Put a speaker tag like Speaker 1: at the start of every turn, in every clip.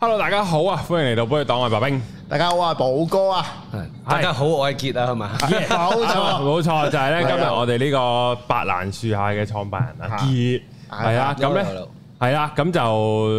Speaker 1: Hello，大家好啊，歡迎嚟到《寶藥黨》，我係白冰。
Speaker 2: 大家好啊，寶哥啊，
Speaker 3: 大家好，我係傑啊，係嘛？
Speaker 2: 冇錯，
Speaker 1: 冇錯，就係咧，
Speaker 2: 係啊
Speaker 1: 今日我哋呢個白蘭樹下嘅創辦人啊，
Speaker 2: 嚇
Speaker 1: 傑係啊，咁
Speaker 3: 有
Speaker 1: 咧
Speaker 3: 有
Speaker 1: 係啦，咁就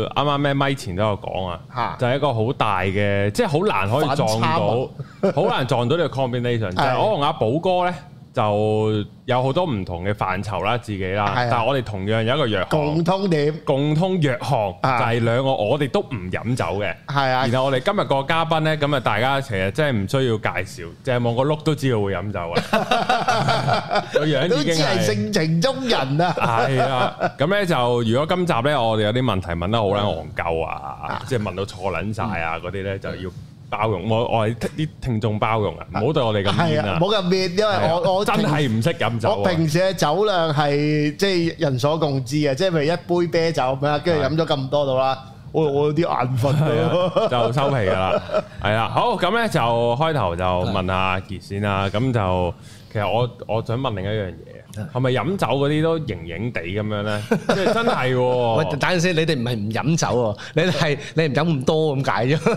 Speaker 1: 啱啱咩咪前都有講啊
Speaker 2: 嚇，
Speaker 1: 就係一個好大嘅，即係好難可以撞
Speaker 2: 反差
Speaker 1: 到， 好難撞到呢個 combination。就係我同阿寶哥咧，就有好多唔同嘅範疇啦，自己啦，
Speaker 2: 係啊
Speaker 1: 但係我哋同樣有一個藥
Speaker 2: 共
Speaker 1: 行，
Speaker 2: 通點
Speaker 1: 共通藥行就
Speaker 2: 啊
Speaker 1: 係兩個我哋都唔飲酒嘅。
Speaker 2: 係啊，
Speaker 1: 然後我哋今日個嘉賓呢，咁啊大家其實真係唔需要介紹，淨係望個碌都知道會飲酒啊，個樣
Speaker 2: 都
Speaker 1: 已
Speaker 2: 只
Speaker 1: 經
Speaker 2: 係
Speaker 1: 係。
Speaker 2: 性情中人啊，
Speaker 1: 係啦，咁呢就如果今集呢，我哋有啲問題問得好撚戇鳩啊，即係問到錯撚晒啊嗰啲呢，就要包容，我我係啲聽眾包容啊，唔好對我哋咁
Speaker 2: 係
Speaker 1: 偏
Speaker 2: 啊，
Speaker 1: 啊
Speaker 2: 唔好，咁面，因為
Speaker 1: 係啊
Speaker 2: 我我
Speaker 1: 真係唔識飲酒
Speaker 2: 我
Speaker 1: 啊，
Speaker 2: 平時嘅酒量係即係人所共知嘅，即係譬如一杯啤酒咁樣，跟住飲咗咁多到啦，我我有啲眼瞓
Speaker 1: 係啊，
Speaker 2: 咯，
Speaker 1: 就收皮噶啦，係啦，好咁咧就開頭就問下傑先啦，咁就其實我我想問另一樣
Speaker 3: 啊
Speaker 1: 嘢，係咪飲酒嗰啲都型型地咁樣 咧？即係真係
Speaker 3: 喂，
Speaker 1: 喎，
Speaker 3: 等陣先，你哋唔係唔飲酒喎，你哋係你唔飲咁多咁解 啫。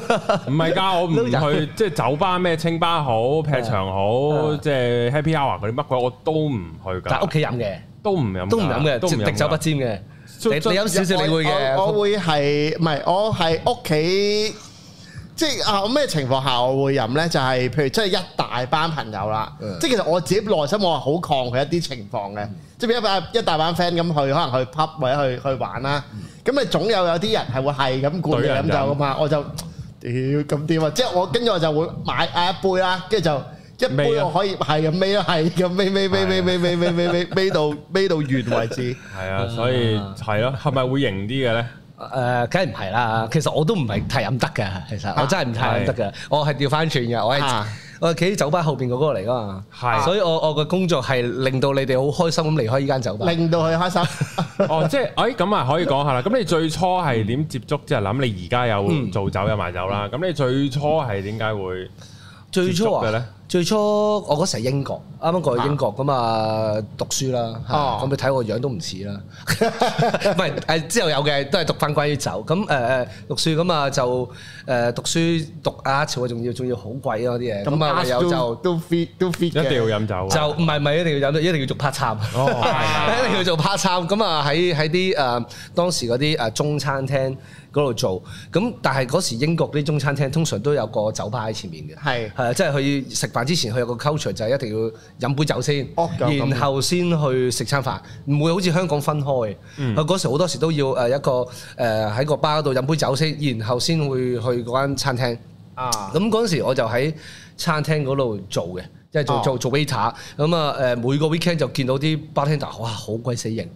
Speaker 1: 唔係㗎，我唔
Speaker 3: 都有
Speaker 1: 去即係酒吧咩清吧好、劈場好，
Speaker 3: 啊
Speaker 1: 即係 Happy Hour 嗰啲乜鬼我都唔去
Speaker 3: 但係
Speaker 1: 㗎
Speaker 3: 屋，企飲嘅，
Speaker 1: 都唔飲㗎，
Speaker 3: 都唔飲
Speaker 1: 都
Speaker 3: 嘅，
Speaker 1: 唔
Speaker 3: 即
Speaker 1: 飲啊
Speaker 3: 係滴酒不
Speaker 1: 㗎。
Speaker 3: 沾嘅。你
Speaker 1: 所以
Speaker 3: 你飲少少，你會嘅。
Speaker 2: 我我會係唔係我係屋企。即係啊！我咩情況下我會飲呢？就係、譬如真係一大班朋友啦，
Speaker 3: 嗯
Speaker 2: 即係其實我自己內心我係好抗拒一啲情況嘅，即係譬如一班一大班 friend 咁去，可能去 pub 或者去去玩啦，
Speaker 3: 嗯
Speaker 2: 咁咪總有有啲人係會係咁灌你飲酒噶嘛，我就屌咁點啊！即係我跟住我就會買嗌一杯啦，跟住就一
Speaker 1: 尾
Speaker 2: 杯
Speaker 1: 啊
Speaker 2: 我可以係咁尾啦，係咁尾尾
Speaker 3: 啊
Speaker 2: 尾尾尾尾尾尾尾尾 到尾到完為止。
Speaker 1: 係啊，所以係咯，係咪會型啲嘅咧？
Speaker 3: 誒，梗係唔係啦？其實我都唔係太飲得嘅，其實我真係唔太飲得嘅。我係調翻轉嘅，我係
Speaker 2: 啊
Speaker 3: 我係企喺酒吧後邊嗰個嚟噶嘛。
Speaker 1: 係
Speaker 3: 所以我我嘅工作係令到你哋好開心咁離開呢間酒吧。
Speaker 2: 令到佢開心。
Speaker 1: 哦，即係，哎，咁啊，可以講下啦。咁你最初係點接觸？即係諗你而家有做酒有賣酒啦。咁你最初係點解會？
Speaker 3: 最
Speaker 1: 接
Speaker 3: 初
Speaker 1: 觸嘅
Speaker 3: 啊
Speaker 1: 咧，
Speaker 3: 最初我嗰時喺英國，啱啱過去英國咁啊讀書啦，嚇
Speaker 2: 哦
Speaker 3: 咁你睇我樣都唔似啦， 唔係誒之後有嘅都係讀翻關於酒，咁誒誒讀書咁啊就誒讀書讀 art 喎，仲要仲要好貴啊啲嘢，咁啊唯有
Speaker 2: 都
Speaker 3: 就
Speaker 2: 都 fit 都 fit
Speaker 1: 一定
Speaker 2: 嘅。
Speaker 1: 要飲酒啊？
Speaker 3: 就唔係唔係一定要有，一定要做 part time。一
Speaker 1: 哦
Speaker 3: 定要做 part time，咁啊喺喺啲誒當時嗰啲誒中餐廳嗰度做，咁但係嗰時英國啲中餐廳通常都有個酒吧喺前面嘅，
Speaker 2: 係
Speaker 3: 係啊，即係去食飯之前，佢有個 culture 就係一定要飲杯酒先，
Speaker 2: 哦有咁
Speaker 3: 然後先去食餐飯，唔會好似香港分開嘅。佢嗰、時好多時都要呃誒一個誒喺、個巴度飲杯酒先，然後先會去嗰間餐廳。
Speaker 2: 啊。
Speaker 3: 咁嗰陣時我就喺餐廳嗰度做嘅，即係做
Speaker 2: 哦
Speaker 3: 做做 waiter。咁啊誒每個 weekend 就見到啲 bartender，哇好鬼死型，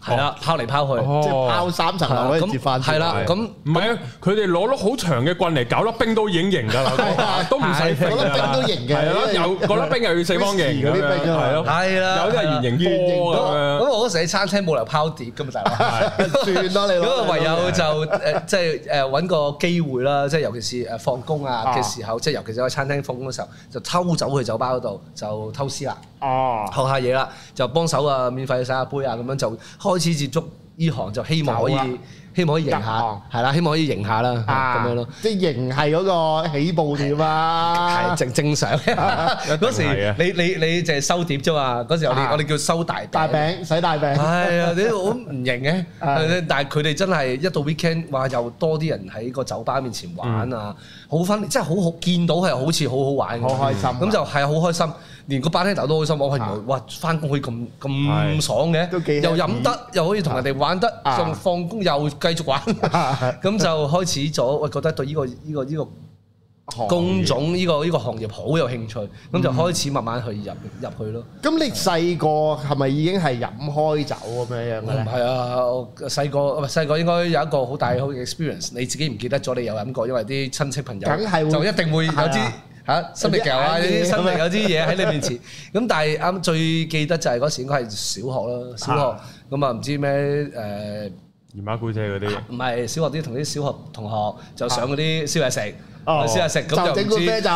Speaker 3: 係啦，拋嚟拋去。
Speaker 2: 即係拋
Speaker 1: 哦，
Speaker 2: 三層
Speaker 3: 係啊
Speaker 2: 樓嗰
Speaker 3: 咁
Speaker 2: 啲接翻轉。
Speaker 3: 係啦
Speaker 1: 係
Speaker 3: 咁
Speaker 1: 唔係啊，佢哋攞碌好長嘅棍嚟搞粒冰都已經型㗎 啦，都唔使
Speaker 3: 係
Speaker 1: 揈㗎啦
Speaker 2: 嗰粒冰都型嘅
Speaker 1: 係咯，
Speaker 2: 因為
Speaker 1: 有嗰粒冰又要四方形咁
Speaker 2: Whisky 嗰啲
Speaker 1: 樣，
Speaker 2: 冰啊
Speaker 1: 係咯，
Speaker 3: 係啦
Speaker 1: 有啲係圓形波咁
Speaker 3: 咁
Speaker 1: 樣。
Speaker 3: 我嗰時喺餐廳冇理由拋碟㗎嘛，大佬。
Speaker 2: 算啦，你
Speaker 3: 咁啊，
Speaker 2: 攞
Speaker 3: 唯有就誒，即係誒揾個機會啦，即係尤其是誒放工啊
Speaker 2: 啊
Speaker 3: 嘅時候，即係尤其是喺餐廳放工嘅時候，就偷走去酒吧嗰度就偷師啦，
Speaker 2: 哦，
Speaker 3: 學下嘢啦，就幫手啊，免費洗下杯啊，咁樣就開始接觸呢行，就希望可
Speaker 2: 走啦
Speaker 3: 以希望可以贏
Speaker 2: 入
Speaker 3: 下
Speaker 2: 行，
Speaker 3: 係啦，希望可以贏下啦，
Speaker 2: 啊
Speaker 3: 咁樣咯。，
Speaker 2: 即係型係嗰個起步點啊
Speaker 3: 係，正正 常，嗰時
Speaker 1: 係啊
Speaker 3: 你你你淨係收碟啫嘛，嗰時我
Speaker 2: 啊
Speaker 3: 哋我哋叫收大餅
Speaker 2: 大餅洗大餅，
Speaker 3: 係啊，你好唔型 嘅，
Speaker 2: 係
Speaker 3: 但係佢哋真係一到 weekend，哇又多啲人喺個酒吧面前玩啊，好分，真係好好見到係好似好好玩咁，
Speaker 2: 嗯好開心啊
Speaker 3: 咁就係好開心，連個 bartender 都好開心。我話原來
Speaker 2: 啊
Speaker 3: 哇，翻工可以咁
Speaker 1: 係
Speaker 3: 咁爽嘅，
Speaker 2: 都幾
Speaker 3: 又
Speaker 2: happy
Speaker 3: 飲得，又可以同人哋玩得，
Speaker 2: 啊
Speaker 3: 仲放工又繼續 玩，
Speaker 2: 啊
Speaker 3: 咁就開始咗。我覺得對呢個呢個呢個工種呢個呢個行業好有興趣，咁
Speaker 2: 嗯
Speaker 3: 就開始慢慢去入入去咯。
Speaker 2: 咁你細個係咪已經係飲開酒咁樣樣嘅
Speaker 3: 唔
Speaker 2: 咧？
Speaker 3: 係啊！我細個唔係細個應該有一個好大好嘅 experience，你自己唔記得咗，你有飲過，因為啲親戚朋友
Speaker 2: 梗係會
Speaker 3: 就一定會有
Speaker 2: 係
Speaker 3: 啲
Speaker 2: 啊
Speaker 3: 嚇心力球啊，
Speaker 2: 有啲眼
Speaker 3: 有啲
Speaker 2: 嘢
Speaker 3: 心
Speaker 2: 咁樣
Speaker 3: 力有啲嘢喺你面前。咁但係啱最記得就係嗰時應該係小學啦，小
Speaker 2: 啊
Speaker 3: 學咁啊唔知咩誒。
Speaker 1: 姨媽姑姐嗰啲，
Speaker 3: 唔係小學啲同啲小學同學就上嗰啲燒嘢食，
Speaker 2: 啊哦
Speaker 3: 燒嘢食
Speaker 2: 就
Speaker 3: 咁就
Speaker 2: 整
Speaker 3: 唔
Speaker 2: 罐
Speaker 3: 知
Speaker 2: 啤酒，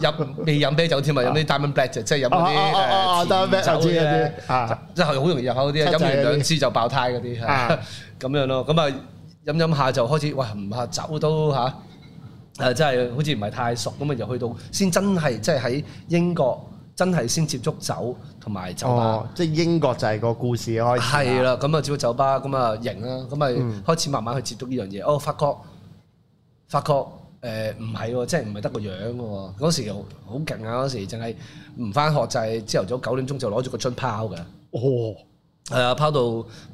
Speaker 3: 飲未飲啤酒添啊，飲啲 Diamond Black 啫，即係飲嗰
Speaker 2: 哦哦哦哦哦
Speaker 3: 啲
Speaker 2: Diamond Black，
Speaker 3: 誒
Speaker 2: 我知
Speaker 3: 甜酒
Speaker 2: 我
Speaker 3: 咧
Speaker 2: 知啊，
Speaker 3: 即係好容易入口嗰啲，
Speaker 2: 七仔嗰
Speaker 3: 飲
Speaker 2: 啲
Speaker 3: 完兩支就爆胎嗰啲，
Speaker 2: 啊
Speaker 3: 係咁樣咯。咁啊飲飲下就開始，哇唔怕酒都嚇，誒、真係好似唔係太熟咁啊，就去到先真係即係喺英國真係先接觸酒同埋酒吧。
Speaker 2: 哦，即係英國就係個故事嘅開始。
Speaker 3: 係，啦，咁啊，接觸酒吧，咁啊型啦，咁咪開始慢慢去接觸呢樣嘢。哦，發覺發覺誒唔係喎，即係唔係得個樣嘅喎。嗰時好好勁啊！嗰時淨係唔翻學就係朝頭早九點鐘就攞住個樽拋嘅，
Speaker 2: 哦，
Speaker 3: 係啊，拋到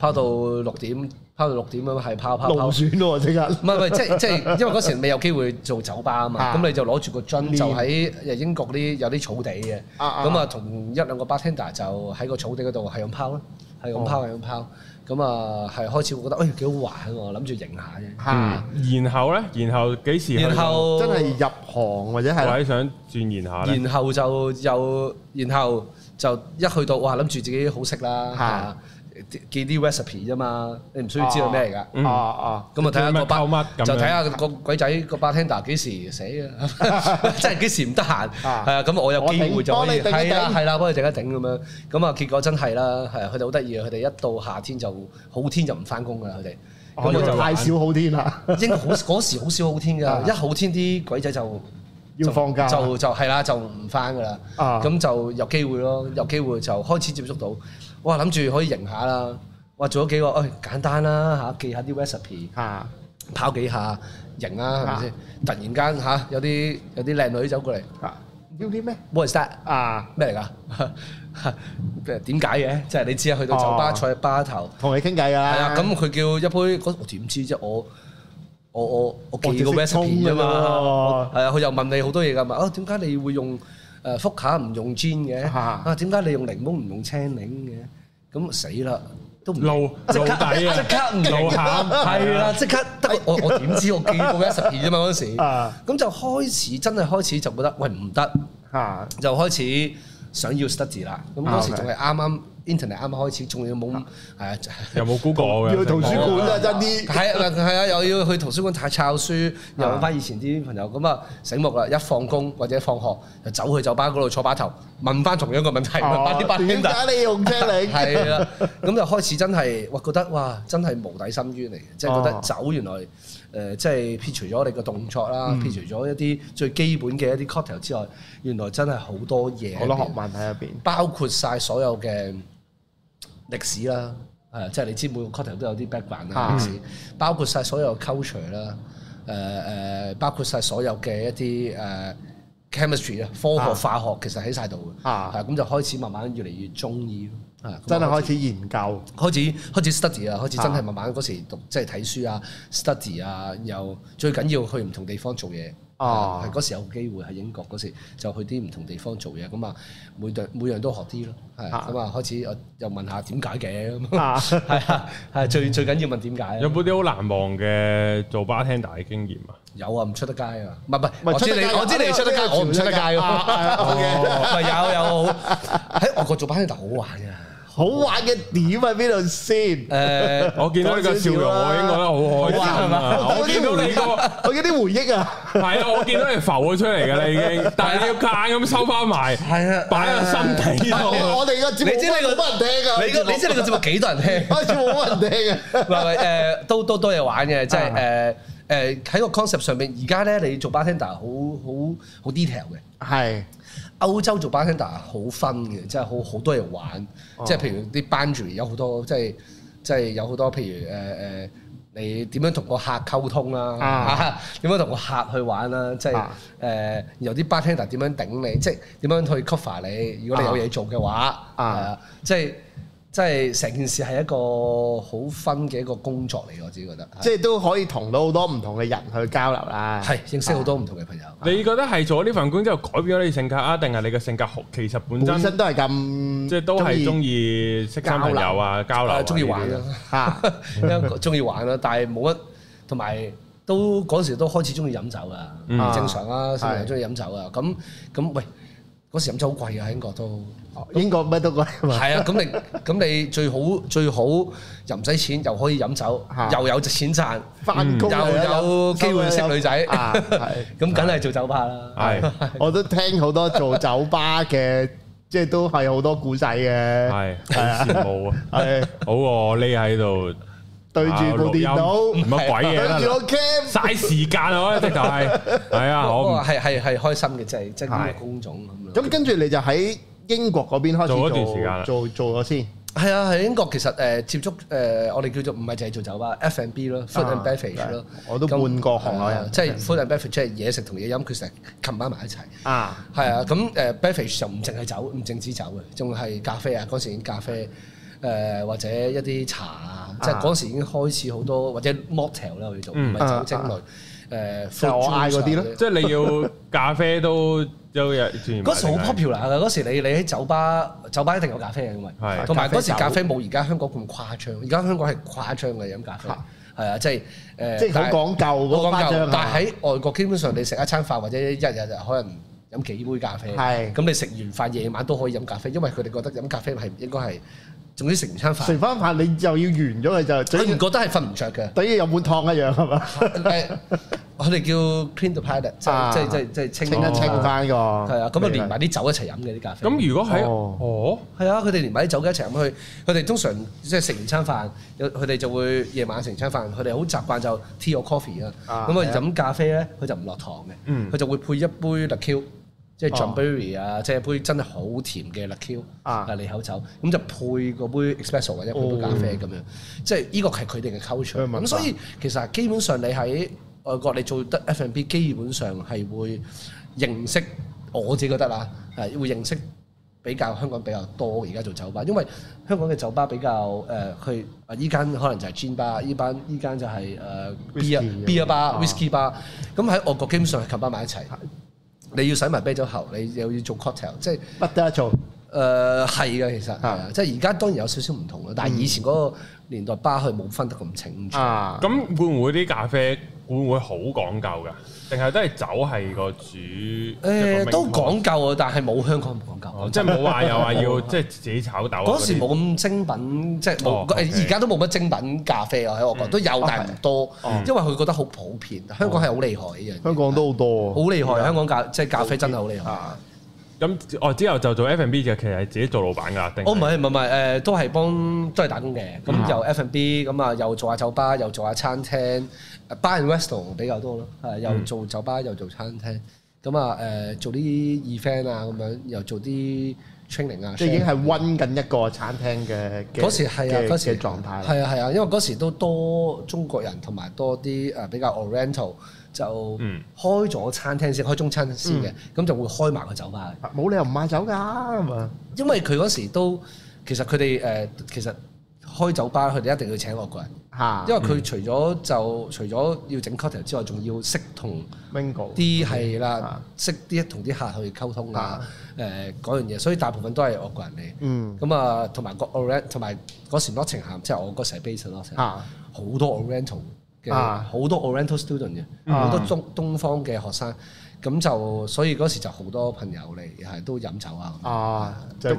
Speaker 3: 拋到六點，拋到六點咁係拋拋
Speaker 2: 勞
Speaker 3: 拋。
Speaker 2: 損喎，即刻。
Speaker 3: 唔係唔 係，即係即係，因為嗰時未有機會做酒吧啊嘛，
Speaker 2: 啊
Speaker 3: 咁你就攞住個樽
Speaker 2: 練
Speaker 3: 就喺誒英國啲有啲草地嘅，
Speaker 2: 啊啊
Speaker 3: 咁啊同一兩個 bartender 就喺個草地嗰度係咁拋啦，係
Speaker 2: 哦
Speaker 3: 咁拋係咁拋，咁啊係開始會覺得誒幾好玩喎，諗住型下啫，
Speaker 2: 嚇，
Speaker 1: 然後咧，然後幾時去到？
Speaker 3: 然後
Speaker 2: 真係入行或者
Speaker 1: 我
Speaker 3: 哦
Speaker 2: 係
Speaker 1: 喺想轉然下咧，
Speaker 3: 然後就又然後就一去到哇諗住自己好識啦，
Speaker 2: 嚇
Speaker 3: 係啊記啲 recipe 啫嘛，你唔需要知道咩嚟㗎。
Speaker 1: 嗯
Speaker 2: 哦哦，
Speaker 3: 咁啊睇下個
Speaker 1: 乜溝乜
Speaker 3: 巴
Speaker 1: 咁樣
Speaker 3: 就睇下個鬼仔個 bartender 幾時死 啊！ 即係幾時唔得閒，係
Speaker 2: 啊
Speaker 3: 啊！咁我有機會就
Speaker 2: 我
Speaker 3: 可
Speaker 2: 頂
Speaker 3: 以
Speaker 2: 幫你頂一
Speaker 3: 係啦
Speaker 2: 頂
Speaker 3: 係啦，幫佢整一整咁樣。咁啊結果真係啦，係啊佢哋好得意啊！佢哋一到夏天就好天就唔翻工噶啦，佢哋。
Speaker 2: 哦
Speaker 3: 啊咁我就
Speaker 2: 太少好天啦，
Speaker 3: 應該好嗰時好少好天
Speaker 2: 啊
Speaker 3: 㗎，一好天啲鬼仔就
Speaker 2: 要放假
Speaker 3: 就就係啦，就唔翻㗎啦。
Speaker 2: 啊
Speaker 3: 咁就有機會咯，有機會就開始接觸到。哇！諗住可以型下啦，哇！做咗幾個，誒簡單啦嚇，記下啲 recipe。
Speaker 2: 嚇，
Speaker 3: 跑幾下型啦，係
Speaker 2: 啊
Speaker 3: 咪先？突然間嚇、有啲有啲靚女走過嚟
Speaker 2: 嚇要啲咩
Speaker 3: ，what is that？
Speaker 2: 啊？
Speaker 3: 咩嚟㗎？點解嘅？ 即係你知啊，去到酒吧、
Speaker 2: 哦
Speaker 3: 坐喺吧頭，
Speaker 2: 同你傾偈㗎
Speaker 3: 係
Speaker 2: 啦。
Speaker 3: 啊，咁佢叫一杯，嗰我點知啫？我我我我
Speaker 2: 我
Speaker 3: 記
Speaker 2: 只
Speaker 3: 個
Speaker 2: 識
Speaker 3: recipe 啫
Speaker 2: 沖㗎啫喎
Speaker 3: 嘛，我係啊，佢又問你好多嘢㗎嘛，啊點解你會用誒福卡唔用 gin 嘅？
Speaker 2: 啊
Speaker 3: 啊點解你用檸檬唔用青檸嘅？咁死啦！都唔
Speaker 1: 露
Speaker 3: 即
Speaker 1: 露
Speaker 3: 刻
Speaker 1: 底啊
Speaker 3: 即刻唔
Speaker 1: 露
Speaker 3: 明
Speaker 1: 餡
Speaker 3: 係啦，即刻得我我點知我記過 recipe 啫嘛嗰陣時，
Speaker 2: 哎啊
Speaker 3: 咁就開始真係開始就覺得喂唔得，
Speaker 2: 嚇
Speaker 3: 就開始想要 study 啦。咁
Speaker 2: 啊
Speaker 3: 嗰時
Speaker 2: OK
Speaker 3: 仲係啱啱 internet 啱啱開始，仲要冇係啊。
Speaker 1: 有冇 Google 嘅？
Speaker 2: 要去圖書館啊，真啲。
Speaker 3: 係啊，係啊，又要去圖書館睇抄書，又揾翻以前啲朋友，咁啊醒目啦！一放工或者放學就走去酒吧嗰度坐把頭，問翻同樣嘅問題，問翻啲
Speaker 2: 哦
Speaker 3: bartender
Speaker 2: 點解你用車你？
Speaker 3: 係啦，咁就開始真係，哇覺得哇真係無底深淵嚟嘅，即係覺
Speaker 2: 哦
Speaker 3: 得酒原來誒、呃即係撇除咗你個動作
Speaker 2: 嗯
Speaker 3: 啦，撇除咗一啲最基本嘅一啲 cocktail 之外，原來真係好多嘢喺
Speaker 2: 好
Speaker 3: 入邊，
Speaker 2: 多學問喺入邊。
Speaker 3: 包括晒所有嘅歷史啦，誒即係你知每個 cocktail 都有啲 background 啦
Speaker 2: 啊
Speaker 3: 歷史，包括晒所有 culture 啦，誒誒包括晒所有嘅一啲誒。chemistry 啊，科學
Speaker 2: 啊
Speaker 3: 化學其實喺晒度嘅，
Speaker 2: 啊
Speaker 3: 係咁就開始慢慢越嚟越中意咯，啊咁
Speaker 2: 真係
Speaker 3: 我
Speaker 2: 開始研究，
Speaker 3: 開始開始 study 啊，開始真
Speaker 2: 啊
Speaker 3: 係慢慢嗰時讀即係睇書啊，study 啊，又最緊要去唔同地方做嘢。
Speaker 2: 哦
Speaker 3: 係嗰時有機會喺英國嗰時就去啲唔同地方做嘢，咁啊每樣每樣都學啲咯，係
Speaker 2: 啊
Speaker 3: 咁啊開始我又問下點解嘅咁，
Speaker 2: 啊
Speaker 3: 係啊係最最緊要問點解
Speaker 1: 有
Speaker 3: 啊？
Speaker 1: 冇啲好難忘嘅做 bartender 嘅經驗啊？
Speaker 3: 有啊，唔出得街啊，唔係唔
Speaker 2: 唔係
Speaker 3: 係，我知
Speaker 2: 出得
Speaker 3: 你
Speaker 2: 街
Speaker 3: 我知你出得街，
Speaker 2: 我知
Speaker 3: 我唔出得街喎，
Speaker 2: 啊啊
Speaker 3: 哦
Speaker 2: ，OK
Speaker 3: 唔係有有好喺外國做 bartender 好玩㗎，
Speaker 2: 好玩嘅點喺邊度先？
Speaker 3: 誒
Speaker 1: 我見到你個笑容，我已經覺得好開
Speaker 3: 好玩係
Speaker 1: 心
Speaker 3: 嘛
Speaker 1: 啊！我見到你個。
Speaker 2: 我嗰啲回憶啊，
Speaker 1: 係啊，我見到你浮咗出嚟㗎啦已經，但係你要夾硬咁收翻埋，
Speaker 3: 係啊
Speaker 1: 擺喺心底
Speaker 3: 係
Speaker 1: 度。
Speaker 3: 啊
Speaker 2: 我哋個節目
Speaker 3: 你知你個
Speaker 2: 冇乜人聽啊，
Speaker 3: 你個你知你個節目幾多人聽？
Speaker 2: 開始冇乜人聽啊。
Speaker 3: 唔係唔係誒，都都多嘢玩嘅，即係誒誒喺個 concept 上面，而家咧你做 bartender 好好好 detail 嘅。
Speaker 2: 係
Speaker 3: 歐洲做 bartender 好分嘅，即係好好多嘢玩，
Speaker 2: 哦
Speaker 3: 即係譬如啲 boundary 有好多，即係即係有好多譬如誒誒、呃你點樣同個客溝通啦、
Speaker 2: 啊
Speaker 3: 啊， 點、樣同個客去玩啦、即係誒、
Speaker 2: 啊
Speaker 3: 呃有啲 bartender 點樣頂你，即係點樣去 cover 你，如果你有嘢做嘅話，係
Speaker 2: 啊
Speaker 3: 啊，即係即係成件事係一個好分嘅一個工作嚟，我自己覺得，
Speaker 2: 即係都可以同到好多唔同嘅人去交流啦。
Speaker 3: 係認識好
Speaker 2: 啊
Speaker 3: 多唔同嘅朋友。
Speaker 1: 你覺得係做咗呢份工之後改變咗你性格啊？定係你嘅性格好其實本
Speaker 2: 本
Speaker 1: 身
Speaker 2: 身都係咁，
Speaker 1: 即係都係中意識新朋友啊、交流啊
Speaker 3: 啊，中意
Speaker 1: 呢
Speaker 3: 玩
Speaker 1: 啲
Speaker 3: 啦
Speaker 1: 啊。，
Speaker 2: 嚇
Speaker 3: 因為中意玩啦，但係冇乜，同埋都嗰時都開始中意飲酒噶，
Speaker 1: 啊
Speaker 2: 嗯
Speaker 3: 正常啦，小朋友
Speaker 2: 係
Speaker 3: 中意飲酒啊，咁咁喂，嗰時飲酒好貴啊噶，喺英 國都
Speaker 2: 英國乜都貴啊嘛。
Speaker 3: 係啊，咁你咁你最好最好又唔使錢，又可以飲酒，
Speaker 1: 啊
Speaker 2: 嚇
Speaker 3: 又有錢賺，
Speaker 2: 翻工
Speaker 3: 又有機會識女仔
Speaker 2: 啊， 係
Speaker 3: 咁梗係做酒吧啦。
Speaker 1: 係
Speaker 2: 我都聽好多做酒吧嘅，即係都係好多古仔嘅，
Speaker 1: 係好羨慕啊！
Speaker 2: 係
Speaker 1: 好喎，我匿喺度
Speaker 2: 對住部電
Speaker 1: 錄音
Speaker 2: 腦，
Speaker 1: 乜鬼嘢啦
Speaker 2: 對住個 cam，
Speaker 1: 嘥時間啊！直頭係係啊，
Speaker 3: 不
Speaker 1: 我
Speaker 3: 過
Speaker 1: 唔
Speaker 3: 係係係開心嘅，即係即係呢
Speaker 1: 係
Speaker 3: 個工種咁樣。
Speaker 2: 咁跟住你就喺英國嗰邊開始
Speaker 1: 做
Speaker 2: 做
Speaker 1: 一段時間啦
Speaker 2: 做做咗先，
Speaker 3: 係啊，喺英國其實誒接觸誒我哋叫做唔係淨係做酒吧，F&B 咯，food and beverage 咯。
Speaker 2: 啊我都半個行內人
Speaker 3: 咁即係 food and beverage 即係嘢食同嘢飲，佢成日冚埋埋一齊。
Speaker 2: 啊，
Speaker 3: 係啊，咁誒 beverage 就唔淨係酒，唔淨止酒嘅，仲係咖啡啊！嗰時已經咖啡誒、或者一啲茶啊，即係嗰時已經開始好多或者 mocktail 啦，我哋做
Speaker 2: 嗯
Speaker 3: 唔係酒精類誒，
Speaker 2: 啊就係我嗌嗰啲咯
Speaker 3: fruit juice 啊
Speaker 1: 即係你要咖啡都都有
Speaker 3: 嗰時好 popular 㗎，嗰時你你喺酒吧，酒吧一定有咖啡嘅，因為
Speaker 1: 係
Speaker 3: 同埋嗰時
Speaker 2: 咖
Speaker 3: 咖
Speaker 2: 啡
Speaker 3: 啡冇而家香港咁誇張，而家香港係誇張嘅飲咖啡，係啊，即係誒，
Speaker 2: 即係
Speaker 3: 但
Speaker 2: 好
Speaker 3: 係
Speaker 2: 講究嗰個誇
Speaker 3: 好講
Speaker 2: 張
Speaker 3: 究
Speaker 2: 啊，
Speaker 3: 但係喺外國基本上你食一餐飯或者一日就可能飲幾杯咖啡，
Speaker 2: 係
Speaker 3: 咁你食完飯夜晚都可以飲咖啡，因為佢哋覺得飲咖啡係應該係，總之食完餐
Speaker 2: 食
Speaker 3: 飯，
Speaker 2: 翻飯你就要完咗佢就，
Speaker 3: 佢
Speaker 2: 等
Speaker 3: 唔
Speaker 2: 於
Speaker 3: 覺得係瞓唔 着嘅。
Speaker 2: 等於有碗湯一樣係嘛，
Speaker 3: 誒，我哋叫 clean the palate，即
Speaker 2: 啊
Speaker 3: 係即係即係即係清
Speaker 2: 清一清翻個，
Speaker 3: 係啊，咁啊連埋啲酒一齊飲嘅啲咖啡。
Speaker 1: 咁如果喺
Speaker 2: 哦
Speaker 1: 哦，
Speaker 3: 係啊，佢哋連埋啲酒嘅一齊飲去，佢哋通常即係食完餐飯，有佢哋就會夜晚食完餐飯，佢哋好習慣就 tea or coffee 啊。
Speaker 2: 啊
Speaker 3: 咁
Speaker 2: 係啊
Speaker 3: 啊飲咖啡咧，佢就唔落糖嘅，佢、
Speaker 1: 嗯
Speaker 3: 就會配一杯 l a q u 即係
Speaker 2: 哦
Speaker 3: John Berry 啊，即係一杯真係好甜嘅 l a q u
Speaker 2: 啊哦
Speaker 3: 利口酒，咁就配嗰杯 espresso 或者配杯咖啡咁樣，即係呢個係佢哋嘅 culture。
Speaker 2: 佢文化
Speaker 3: 咁所以其實基本上你喺外國你做得 F&B，基本上係會認識我自己覺得啦，係會認識比較香港比較多而家做酒吧，因為香港嘅酒吧比較誒，佢啊依間可能就係 gin bar，依班依間就係誒 beer
Speaker 2: Whisky
Speaker 3: beer
Speaker 2: 啊
Speaker 3: bar、whisky bar，咁喺外國基本上係冚巴埋一齊。你要洗埋啤酒喉，你又要做 cocktail，即係。
Speaker 2: 不得一做，
Speaker 3: 誒係嘅，其實係啊，即係而家當然有少少唔同啦，但係以前嗰個年代巴佢冇分得咁清楚。
Speaker 2: 啊，
Speaker 1: 咁會唔會啲咖啡會唔會好講究㗎？定係都係酒係個主
Speaker 3: 誒都講究啊，但係冇香港咁講
Speaker 1: 哦
Speaker 3: 究。
Speaker 1: 即係冇話又話要 即係自己炒豆啊
Speaker 3: 嗰時
Speaker 1: 啲
Speaker 3: 冇咁精品，即係
Speaker 1: 哦
Speaker 3: 冇
Speaker 1: ，OK
Speaker 3: 誒而家都冇乜精品咖啡啊，喺我國都有，
Speaker 2: 哦
Speaker 3: 但係唔多，因為佢覺得好普遍。香港係好厲害呢樣嘢，
Speaker 2: 香港都好多，
Speaker 3: 好厲害，啊香港咖即係咖啡真係好厲害。
Speaker 2: 啊，
Speaker 1: 咁我之後就做 F&B 就其實係自己做老闆㗎，定
Speaker 3: 哦我唔係唔係唔係誒，都係幫都係打工嘅，
Speaker 2: 啊
Speaker 3: 咁又 F&B 咁啊，又做下酒吧，又做下餐廳誒，bar and restaurant 比較多咯，係又
Speaker 2: 嗯
Speaker 3: 做酒吧又做餐廳，咁啊誒做啲 event 啊咁樣，又做啲 training 啊，
Speaker 2: 即係已經係温緊一個餐廳嘅嘅
Speaker 3: 嗰時係啊
Speaker 2: 嘅，
Speaker 3: 嗰時
Speaker 2: 嘅狀態啦，
Speaker 3: 係啊係啊，因為嗰時都多中國人同埋多啲呃誒比較 oriental 就
Speaker 1: 嗯
Speaker 3: 開咗餐廳先，開中餐先
Speaker 2: 嗯
Speaker 3: 嘅，咁就會開埋個酒吧嘅。
Speaker 2: 啊冇理由唔買酒㗎咁啊，
Speaker 3: 因為佢嗰時都其實佢哋誒其實開酒吧，佢哋一定要請外國人，
Speaker 2: 嚇，
Speaker 3: 因為佢除咗就除咗要整 cocktail 之外，仲要識同
Speaker 2: Mingo
Speaker 3: 啲係啦
Speaker 2: 啊，
Speaker 3: 識啲同啲客去溝通啊
Speaker 2: 啊，
Speaker 3: 誒嗰樣嘢，所以大部分都係外國人嚟。
Speaker 2: 嗯
Speaker 3: 咁啊，同埋個 orient 同埋嗰時 Nottingham，即係我嗰時係 base 咯，
Speaker 2: 啊
Speaker 3: 好多 oriental 嘅，
Speaker 2: 啊
Speaker 3: 好多 oriental student 嘅，
Speaker 1: 啊
Speaker 3: 好多中東方嘅學生，咁就所以嗰時就好多朋友嚟，係都飲酒啊，
Speaker 2: 啊，就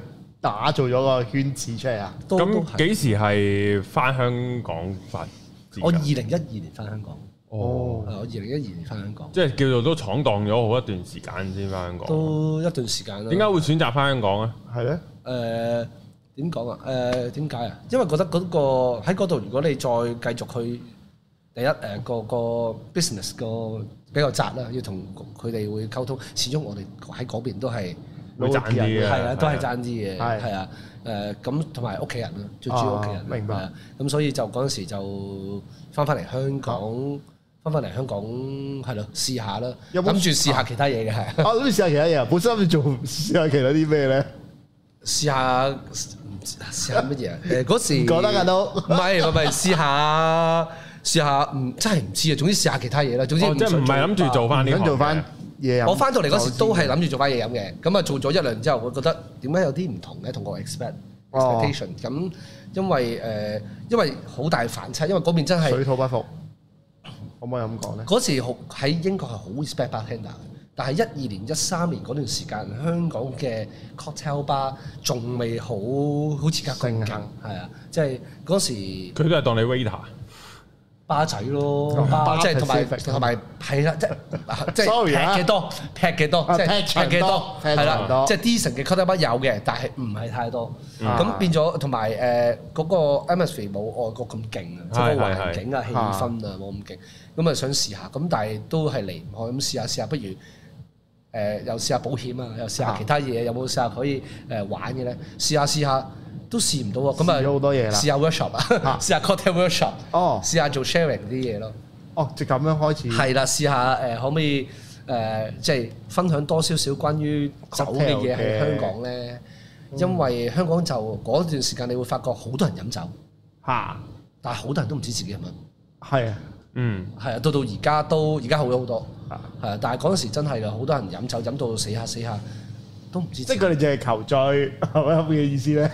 Speaker 2: 打造咗個圈子出嚟啊，
Speaker 3: 都都
Speaker 1: 咁
Speaker 3: 係。
Speaker 1: 幾時係翻香港發展㗎？
Speaker 3: 我二零一二年翻香港，啊
Speaker 1: 哦，
Speaker 3: 係我二零一二年翻香港，
Speaker 1: 即係叫做都闖蕩咗好一段時間先翻香港。
Speaker 3: 都一段時間啦。
Speaker 1: 點解會選擇翻香港啊咧？
Speaker 2: 係咧，
Speaker 3: 誒呃點講啊？誒點解啊？因為覺得嗰、個喺嗰度，如果你再繼續去第一誒、呃個個 business 個比較窄啦，要同佢哋會溝通。始終我哋喺嗰邊都係
Speaker 1: 會賺啲嘅，
Speaker 3: 係啊，都係爭啲嘅，
Speaker 2: 係
Speaker 3: 係啊。誒咁同埋屋企人啦，最主要屋企人
Speaker 2: 啊
Speaker 3: 啦。
Speaker 2: 明白
Speaker 3: 係啊。咁所以就嗰陣時就翻返嚟香港，翻返嚟香港係咯，試下啦。
Speaker 2: 有冇
Speaker 3: 諗住試下其他嘢嘅係。
Speaker 2: 啊，咁你試下其他嘢啊，本身諗住做試下其他啲咩咧？
Speaker 3: 試下唔知試下乜嘢啊？ 誒嗰時
Speaker 2: 唔覺得㗎都
Speaker 3: 唔係唔係試下試下唔真係唔知啊！總之試下其他嘢啦。總之
Speaker 1: 哦即係唔係諗住做翻呢行
Speaker 2: 想
Speaker 1: 嘅
Speaker 2: 做翻嘢飲
Speaker 3: 我翻到嚟嗰時都係諗住做翻嘢飲嘅，咁啊做咗一兩年之後，我覺得點解有啲唔同嘅同我 expect
Speaker 2: 哦
Speaker 3: expectation 咁，因為誒因為好大反差，因為嗰邊真係
Speaker 2: 水土不服，可唔可以咁講咧？
Speaker 3: 嗰時好喺英國係好 respect bartender 嘅，但係一二年、一三年嗰段時間，香港嘅 cocktail bar 仲未好好似而家咁
Speaker 2: 盛
Speaker 3: 勁，
Speaker 2: 行
Speaker 3: 係啊，即係嗰時
Speaker 1: 佢都係當你 waiter。
Speaker 3: 巴仔
Speaker 2: 哦
Speaker 3: 咯，巴即係同埋同埋係啦，即係即係
Speaker 2: 嗯 Sorry
Speaker 3: 劈
Speaker 2: 啊
Speaker 3: 嘅多，劈嘅多，
Speaker 2: 啊
Speaker 3: 即係
Speaker 2: 劈場
Speaker 3: 嘅
Speaker 2: 多劈
Speaker 3: 係
Speaker 2: 場
Speaker 3: 啦
Speaker 2: 多，
Speaker 3: 即係 D 城嘅 c u t a b 有嘅，但係唔係太多，咁
Speaker 2: 啊
Speaker 3: 變咗同埋誒嗰個 atmosphere 冇外國咁勁啊，即係個
Speaker 1: 係係係
Speaker 3: 環境啊氣氛啊冇咁勁，咁啊想試下，咁但係都係離唔開，咁試下試下，不如。誒、又試下保險啊，又試下
Speaker 2: 啊
Speaker 3: 其他嘢，有冇試下可以誒、玩嘅咧？試下試下都試唔到喎，咁啊
Speaker 2: 試咗好多嘢啦
Speaker 3: 試下 workshop 啊
Speaker 2: 啊，
Speaker 3: 試下 cocktail workshop，
Speaker 2: 哦
Speaker 3: 試下做 sharing 啲嘢咯。
Speaker 2: 哦，就咁樣開始。
Speaker 3: 係啦，試下誒可唔可以誒即係分享多少少關於酒嘅嗯嘢
Speaker 2: Cocktail 嘅
Speaker 3: 喺香港咧？因為香港就嗰段時間，你會發覺好多人飲酒，
Speaker 2: 嚇，
Speaker 3: 但係好多人都唔知自己飲乜。
Speaker 2: 係啊，
Speaker 1: 嗯，
Speaker 3: 係啊，到到而家都而家好咗好多。
Speaker 2: 啊
Speaker 3: 係啊，但係嗰陣時真係㗎，好多人飲酒飲到死下死下，都唔知
Speaker 2: 即
Speaker 3: 自
Speaker 2: 係
Speaker 3: 己
Speaker 2: 佢哋淨係求醉，係咪咁嘅意思咧？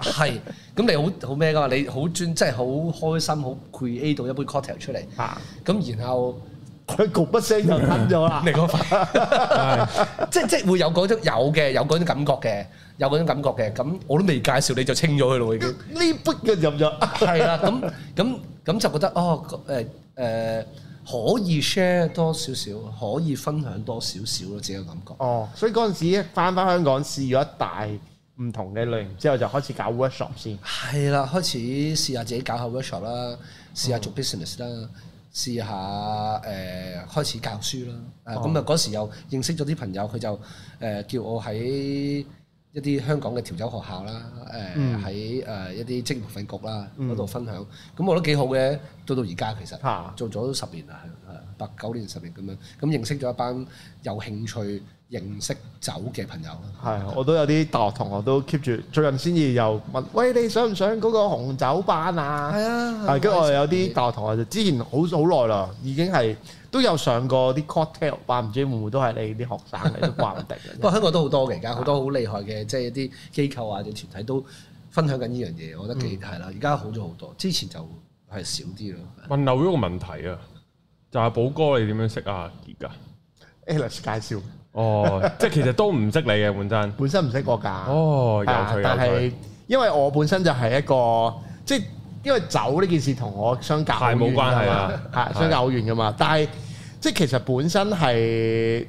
Speaker 3: 係，咁你好好咩噶嘛？你好專，即係好開心，好 create 到一杯 cocktail 出嚟。
Speaker 2: 嚇，
Speaker 3: 咁然後
Speaker 2: 佢咕一聲就吞咗啦
Speaker 3: 你。嗰塊，即即會有嗰種有嘅，有嗰種感覺嘅，有嗰種感覺嘅。咁我都未介紹你就清咗佢咯，已經。
Speaker 2: 呢杯嘅入咗，
Speaker 3: 係啦，咁咁咁就覺得哦，誒、誒、可以 share 多少少，可以分享多少少咯，自己嘅感覺。
Speaker 2: 哦，所以嗰陣時翻翻香港試咗一大唔同嘅類型之後，就開始搞 workshop 先。
Speaker 3: 係啦，開始試下自己搞下 workshop 啦，試下做 business 啦，試下誒、呃、開始教書啦。誒咁啊嗰時又認識咗啲朋友，佢就誒、呃叫我喺一啲香港嘅調酒學校啦，誒喺誒一啲職業培訓局啦嗰度分享。咁、我覺得幾好嘅，到到而家其實。
Speaker 2: 嚇，
Speaker 3: 做咗十年啦，係係八九年十年咁樣，咁認識咗一班有興趣認識酒嘅朋友啦。
Speaker 2: 係，我都有啲大學同學都 keep 住，最近先至又問，喂，你想唔想嗰個紅酒班啊？
Speaker 3: 係啊，
Speaker 2: 係，跟住我有啲大學同學就之前好好耐啦，已經係都有上過啲 cocktail 班，唔知會唔會都係你啲學生嚟，都話唔定
Speaker 3: 不
Speaker 2: 嘅。
Speaker 3: 過香港都好多嘅，而家好多好厲害嘅，即係啲機構啊、啲團體都分享緊呢樣嘢，我覺得幾係啦。而家好咗好多，之前就係少啲咯。
Speaker 1: 問漏咗個問題啊，就係寶哥你點樣識阿傑㗎？
Speaker 2: Alex 介紹，
Speaker 1: 哦，即係其實都唔識你嘅本身。
Speaker 2: 本身唔識我㗎。
Speaker 1: 哦，有
Speaker 2: 啊
Speaker 1: 趣
Speaker 2: 但
Speaker 1: 有
Speaker 2: 係
Speaker 1: 趣，
Speaker 2: 因為我本身就係一個即係因為酒呢件事同我相隔好
Speaker 1: 太冇
Speaker 2: 遠㗎
Speaker 1: 關係
Speaker 2: 嘛
Speaker 1: 啦
Speaker 2: 係
Speaker 1: 係
Speaker 2: 相隔好遠噶嘛。但係即係其實本身係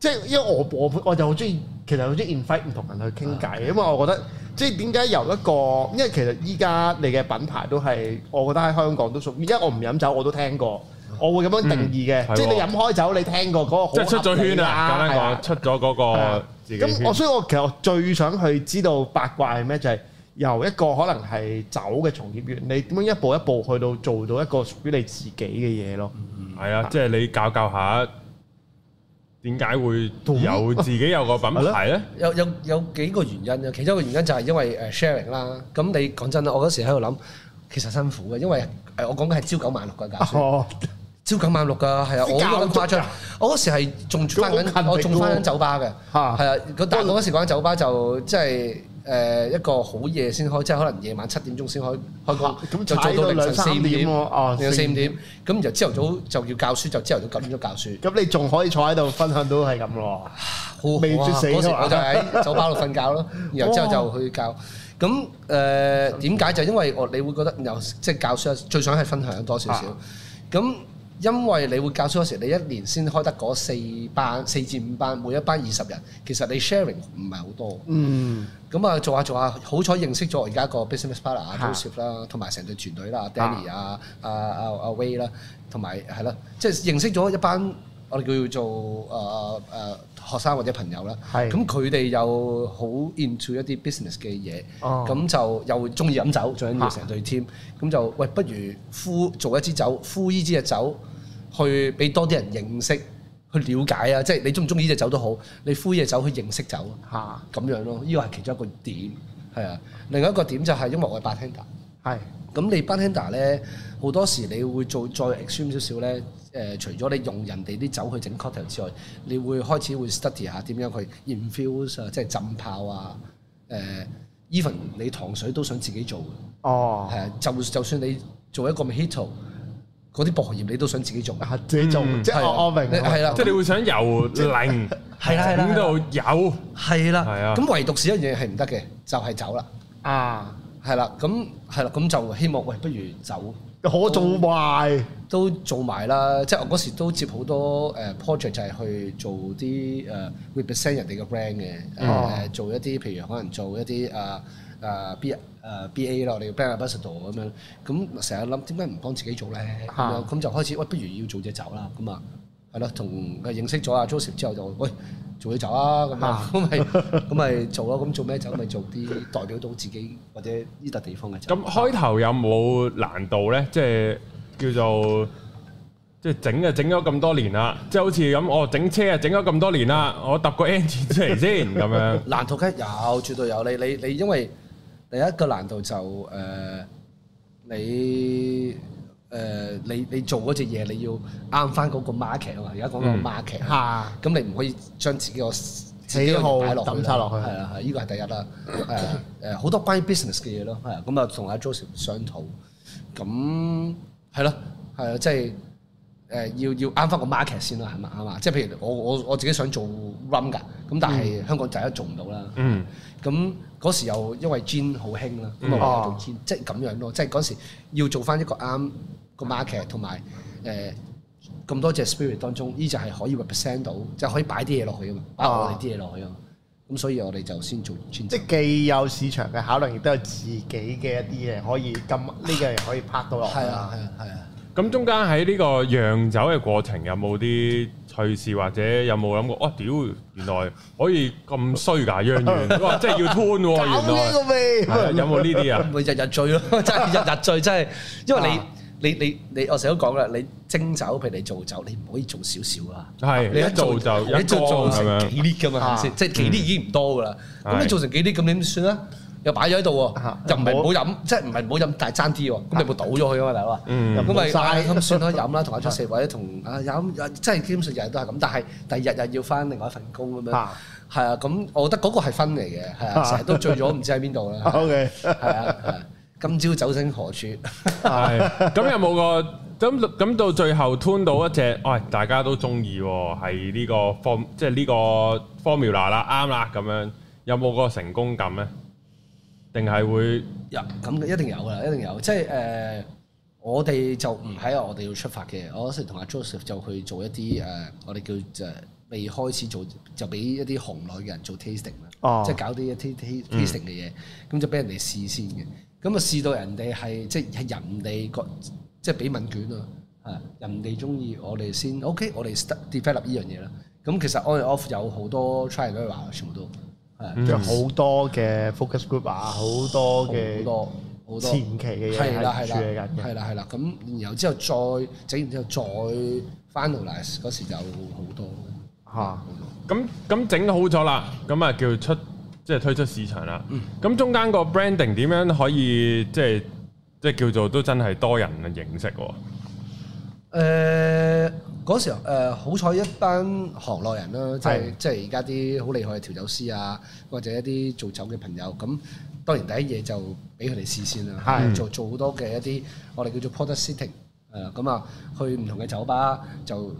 Speaker 2: 即係因為我我我就好中意，其實好中意 invite 唔同人去
Speaker 1: 啊
Speaker 2: 傾偈，因為我覺得即係點解由一個，因為其實依家你嘅品牌都係，我覺得喺香港都屬於，因為我唔飲酒我都聽過。我會咁樣定義嘅，
Speaker 1: 嗯係喎
Speaker 2: 即係你飲開酒，你聽過嗰個好
Speaker 1: 即係出咗
Speaker 2: 合理
Speaker 1: 圈啊！簡
Speaker 2: 啦係
Speaker 1: 單講，出咗嗰個自己
Speaker 2: 咁
Speaker 1: 圈
Speaker 2: 我。所以我其實我最想去知道八卦係咩，就係、由一個可能係酒嘅從業員，你點樣一步一步去到做到一個屬於你自己嘅嘢咯。
Speaker 1: 係啊，即係你教教下，點解會有自己有個品牌咧？
Speaker 3: 有有有幾個原因嘅，其中一個原因就係因為誒 sharing 啦。咁你講真啦，我嗰時喺度諗，其實辛苦嘅，因為誒我講緊係朝九晚六 嘅教書。
Speaker 2: 哦，
Speaker 3: 朝九晚六㗎，係啊，我
Speaker 2: 教
Speaker 3: 好
Speaker 2: 足
Speaker 3: 誇張。我嗰時係仲翻
Speaker 2: 咁好勤
Speaker 3: 緊，
Speaker 2: 力
Speaker 3: 我仲翻緊酒吧嘅，
Speaker 2: 嚇
Speaker 3: 係啊。咁但係我嗰時講緊酒吧就即係誒一個好夜先開，即係可能夜晚七點鐘先開開工，
Speaker 2: 咁
Speaker 3: 就做
Speaker 2: 踩到
Speaker 3: 凌晨
Speaker 2: 兩
Speaker 3: 四
Speaker 2: 三
Speaker 3: 五
Speaker 2: 點
Speaker 3: 點，
Speaker 2: 喎哦
Speaker 3: 凌晨四五
Speaker 2: 四五
Speaker 3: 點。咁就朝頭早就要教書，就朝頭早九點鐘教書。
Speaker 2: 咁你仲可以坐喺度分享到係咁咯。
Speaker 3: 好
Speaker 2: 未
Speaker 3: 好啊
Speaker 2: 絕死
Speaker 3: 嗰時
Speaker 2: 㗎嘛
Speaker 3: 我就喺酒吧度瞓覺 咯，然後之後就去教。咁誒點解就因為我你會覺得又即係教書最想係分享多少少
Speaker 2: 啊。
Speaker 3: 咁因為你會教書嗰時，你一年先開得嗰四班四至五班，每一班二十人，其實你 sharing 唔係好多。
Speaker 2: 嗯，
Speaker 3: 咁啊，做下做下，好彩認識咗我而家個 business partner 啊
Speaker 2: 嚇
Speaker 3: Joseph 啦，同埋成隊團隊啦，Danny 啊、啊啊啊 Way 啦，同埋係啦，即係認識咗一班我哋叫做誒誒學生或者朋友啦。
Speaker 2: 係
Speaker 3: 咁佢哋又好 into 一啲 business 嘅嘢，
Speaker 2: 哦
Speaker 3: 咁就又中意飲酒，最緊要
Speaker 2: 嚇
Speaker 3: 成隊 team。咁就喂，不如呼做一支酒，呼呢支嘅酒去俾多啲人認識，去了解啊！即係你中唔中意呢隻酒都好，你呼呢隻酒去認識酒啊。
Speaker 2: 嚇，
Speaker 3: 咁樣咯，呢個係其中一個點，係啊。另外一個點就係因為我係 bartender，
Speaker 2: 係
Speaker 3: 咁你 bartender 咧好多時你會做再 extreme 少少咧，誒、除咗你用人哋啲酒去整 cocktail 之外，你會開始會 study 下點樣去 infuse 啊，即係浸泡啊，誒、even 你糖水都想自己做嘅，
Speaker 2: 哦，
Speaker 3: 係啊，就就算你做一個 mojito，嗰啲薄荷葉你都想自己做，
Speaker 2: 啊自己做，
Speaker 1: 嗯
Speaker 2: 即係
Speaker 3: 係啊
Speaker 2: 我我明
Speaker 3: 你係啦
Speaker 1: 即係你會想由零
Speaker 3: 係啦係啦
Speaker 1: 整到有，
Speaker 3: 係
Speaker 1: 係啊
Speaker 3: 啦，咁唯獨是一樣嘢係唔得嘅，就係、酒啦。
Speaker 2: 啊，
Speaker 3: 係啦，咁係啦，咁就希望喂，不如酒
Speaker 2: 我做壞，
Speaker 3: 都做埋啦，即係我嗰時都接好多誒 project 就係去做啲誒 represent 人哋嘅 brand 嘅，誒做一啲譬如可能做一啲誒誒 B 誒 BA 啦，我哋嘅 brand ambassador 咁樣，咁成日諗點解唔幫自己做咧？咁樣咁就開始喂，不如要做隻酒啦，咁啊係咯，同佢認識咗阿 Joseph 之後就喂做隻酒啊，咁啊咁咪咁咪做咯，咁做咩酒咪做啲代表到自己或者呢笪地方嘅酒。
Speaker 1: 咁開頭有冇難度咧？即係叫做即係整啊，整咗咁多年啦，即係好似咁，我整車啊，整咗咁多年啦，我揼個 engine 出嚟先咁樣。
Speaker 3: 難度梗係有，絕對有。你你你，因為第一個難度就誒、呃你誒、呃你你做嗰只嘢，你要啱翻嗰個 market 啊嘛。而家講緊
Speaker 1: 嗯
Speaker 3: 個 market，咁、
Speaker 2: 嚇
Speaker 3: 你唔可以將自己個自己
Speaker 2: 喜
Speaker 3: 個
Speaker 2: 好
Speaker 3: 嘢擺落去啦
Speaker 2: 抌晒落去
Speaker 3: 係啊係，呢個係第一啦。誒誒，好多關於 business 嘅嘢咯，係啊。咁啊，同阿 Joseph 商討，咁係咯，係啊，即係。誒、要要啱翻個 market 先啦，係咪啱啊？即係譬如我我我自己想做 rum 㗎，咁但係香港第一做唔到啦。
Speaker 1: 嗯，
Speaker 3: 咁嗰時又因為 gin 好興啦，咁
Speaker 1: 嗯
Speaker 3: 啊做 gin，即係咁樣咯，即係嗰時要做翻一個啱個 market 同埋誒咁多隻 spirit 當中，呢就係可以 represent 到，即係可以擺啲嘢落去啊嘛，擺我哋啲嘢落去啊嘛，咁所以我哋就先做 gin
Speaker 2: 即係既有市場嘅考量，亦都有自己嘅一啲嘢可以咁呢個嘢可以拍到落去
Speaker 3: 係啊
Speaker 2: 啦。
Speaker 3: 係啊係啊，
Speaker 1: 咁中間喺呢個釀酒嘅過程有冇啲趣事，或者有冇諗過？哇！屌，原來可以咁衰㗎，釀完哇！即係要吞喎，
Speaker 2: 搞
Speaker 1: 原
Speaker 2: 呢
Speaker 1: 來
Speaker 2: 個味，
Speaker 1: 係啊有冇呢啲啊？
Speaker 3: 咪日日醉咯，真係日日醉，真係因為
Speaker 2: 啊
Speaker 3: 你你你你我成日都講啦，你蒸酒譬如你做酒，你唔可以做少少啊。
Speaker 1: 係
Speaker 3: 你
Speaker 1: 一做就一
Speaker 3: 你做做
Speaker 1: 缸咁
Speaker 3: 成
Speaker 1: 樣。
Speaker 3: 幾 lit 噶嘛，係咪
Speaker 2: 啊
Speaker 3: 先？即係幾 lit 已經唔多噶啦。咁
Speaker 1: 係
Speaker 3: 你做成幾 lit 咁點算啊？又擺咗喺度喎
Speaker 2: 啊，
Speaker 3: 又唔係唔
Speaker 2: 我
Speaker 3: 好飲，即係唔係唔好飲，但係爭啲喎。咁你咪倒咗佢啊嘛，大佬啊！
Speaker 1: 嗯
Speaker 3: 咁咪
Speaker 2: 又冇晒
Speaker 3: 唉咁算啦，飲啦，同阿 j 四或者同啊飲，啊即係基本上日日都係咁。但係第二日又要翻另外一份工咁樣，
Speaker 2: 啊
Speaker 3: 係啊。咁我覺得嗰個係分嚟嘅，係啊，
Speaker 2: 啊
Speaker 3: 成日都醉咗唔知喺邊度啦，
Speaker 2: O K，
Speaker 3: 係啊。係啊今朝酒醒何處？
Speaker 1: 係，咁有冇個咁咁到最後吞到一隻，喂、大家都中意喎，係呢個 form 即係呢個 formula 啦，啱啦咁樣，有冇個成功感咧？定係會
Speaker 3: 有咁嘅一定有啦，一定有。即係誒、呃我哋就唔喺我哋要出發嘅。我嗰時同阿 Joseph 就去做一啲誒、呃我哋叫誒未開始做，就俾一啲行內嘅人做 tasting 啦、
Speaker 2: 哦
Speaker 3: 即係搞啲一啲 ta- tasting 嘅嘢，咁、就俾人哋試先嘅。咁啊試到人哋係即係係人哋個即係俾問卷啊，啊人哋中意我哋先 OK，我哋 start develop 呢樣嘢啦。咁其實 on and off 有好多 try and error，全部啊都啊係
Speaker 2: 仲有好多嘅 focus group 啊，好多嘅
Speaker 3: 好多好多
Speaker 2: 前期嘅嘢
Speaker 3: 係啦
Speaker 2: 係
Speaker 3: 係
Speaker 2: 處理緊
Speaker 3: 啦
Speaker 2: 嘅
Speaker 3: 係啦係啦，咁然後之後再整完之後再 finalize 嗰時就好多
Speaker 2: 嚇，
Speaker 1: 咁咁整好咗啦，咁啊叫出即係推出市場啦。
Speaker 3: 嗯
Speaker 1: 咁、中間個 branding 點樣可以即係即係叫做都真係多人認識喎？
Speaker 3: 誒嗰時候誒好彩一班行內人啦，即
Speaker 2: 係
Speaker 3: 係即係而家啲好厲害嘅調酒師啊，或者一啲做酒嘅朋友，咁當然第一嘢就俾佢哋試先啦，
Speaker 2: 係
Speaker 3: 做做好多嘅一啲我哋叫做 product sitting，誒咁啊去唔同嘅酒吧就。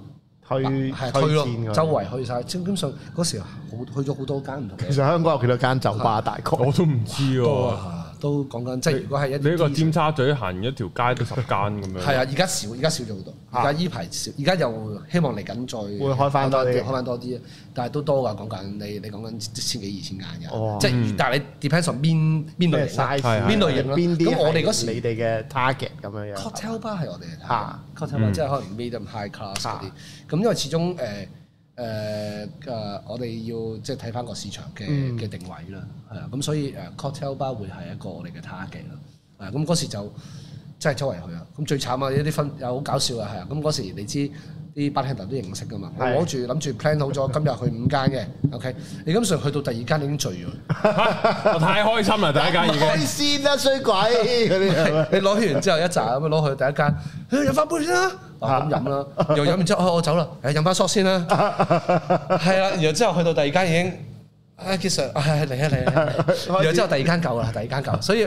Speaker 2: 推
Speaker 3: 係啊
Speaker 2: 推
Speaker 3: 推咯
Speaker 2: 薦，
Speaker 3: 周
Speaker 2: 佢。
Speaker 3: 圍去晒，基本上嗰時好去咗好多間唔同
Speaker 2: 其實
Speaker 3: 嘅
Speaker 2: 香港有幾多間酒吧大概？
Speaker 1: 我都唔知
Speaker 3: 多
Speaker 1: 喎、
Speaker 3: 啊，都講緊即係如果係一
Speaker 1: 你呢個
Speaker 3: 啲
Speaker 1: 尖沙咀行一條街都十間咁樣。
Speaker 3: 係啊，而家少，而家少咗好多，而家依排少，而家又希望嚟緊再
Speaker 2: 啊會開返多啲
Speaker 3: 開翻多啲，啊但係都多㗎。講緊你你講緊千幾二千間
Speaker 2: 哦
Speaker 3: 㗎，即係但係你 depends on 邊邊
Speaker 2: 咩
Speaker 3: 類型啦啊
Speaker 2: size？啊
Speaker 1: 係
Speaker 3: 邊類型啦
Speaker 2: 邊啲？
Speaker 3: 咁我哋嗰時
Speaker 2: 你哋嘅 target 咁樣樣。
Speaker 3: cocktail bar 係我哋嘅
Speaker 2: 啊嚇
Speaker 3: cocktail bar 即係可能 medium high class 嗰
Speaker 2: 嚇。
Speaker 3: 啲咁因為始終誒誒誒，我哋要即係睇翻個市場嘅
Speaker 2: 嗯
Speaker 3: 嘅定位啦，係啊。咁所以誒 cocktail bar 會係一個我哋嘅 target 啦。啊，咁嗰時就真係周圍去啊。咁最慘啊，有啲分又好搞笑啊，係啊。咁嗰時你知。啲 bartender 都認識噶嘛，我
Speaker 2: 係
Speaker 3: 攞住諗住 plan 好咗今日去五間嘅，OK，你咁上去到第二間已經醉咗，啊
Speaker 1: 我太開心啦！第一間已經
Speaker 2: 開。先啦，衰鬼嗰啲係 咪？
Speaker 3: 你攞完之後一扎咁樣攞去第一 間，哎唉飲翻杯先啦，啊咁飲啦，又飲完之後，啊我走啦，誒飲翻 shot 先 啦，係啊啦，然後之後去到第二間已經，啊其實唉嚟啊嚟 啊，嚟啊然後之後第二間夠啦，第二間夠，所 以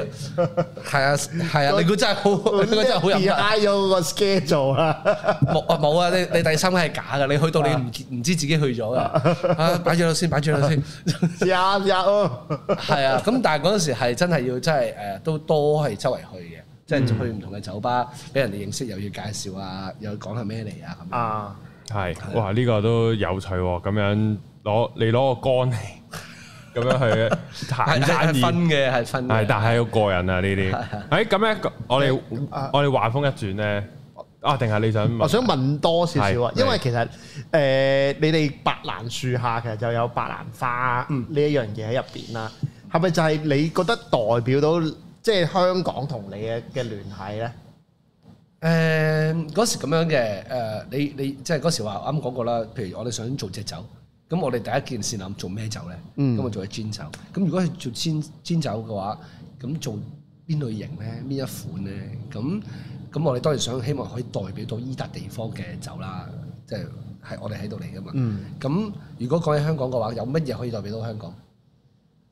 Speaker 3: 係啊係啊，你估真係好，你估真係好啊飲得。
Speaker 2: high 咗個 schedule 啦。
Speaker 3: 冇啊冇啊！你你第三間係假嘅，你去到你唔見唔知自己去 咗嘅，啊擺住喺度先，擺住喺度先。
Speaker 2: 呀呀哦，
Speaker 3: 係啊，咁但係嗰陣時係真係要真係誒都多係周圍去嘅，即係去唔同嘅酒吧，俾人哋認識，又要介紹啊，又要講係咩嚟啊咁樣。
Speaker 2: 啊，
Speaker 1: 係，哇！呢、個都有趣喎，咁樣攞你攞個杆嚟， 咁樣去
Speaker 3: 係
Speaker 1: 談
Speaker 3: 係
Speaker 1: 生
Speaker 3: 係
Speaker 1: 意，
Speaker 3: 分嘅，係分
Speaker 1: 係，
Speaker 3: 嘅。
Speaker 1: 但係好過癮啊！呢啲，誒咁咧，我哋
Speaker 2: 啊
Speaker 1: 我哋話風一轉咧，啊，定係你想
Speaker 2: 我
Speaker 1: 問？
Speaker 2: 想問多少少啊
Speaker 1: 係，
Speaker 2: 因為其實誒、呃你哋白蘭樹下其實就有白蘭花
Speaker 3: 嗯
Speaker 2: 呢一樣嘢喺入邊啦，係咪就係你覺得代表到即係香港同你嘅嘅聯繫咧？
Speaker 3: 誒嗰時咁樣嘅誒，你你即係嗰時話啱講過啦，譬如我哋想做隻酒，咁我哋第一件事諗做咩酒咧？
Speaker 2: 嗯
Speaker 3: 咁我做嘅煎酒。咁如果係做煎煎酒嘅話，咁做邊類型咧？邊一款咧？咁咁我哋當然想希望可以代表到依笪地方嘅酒啦，即係係我哋喺度嚟噶嘛。
Speaker 2: 嗯，
Speaker 3: 咁如果講起香港嘅話，有乜嘢可以代表到香港？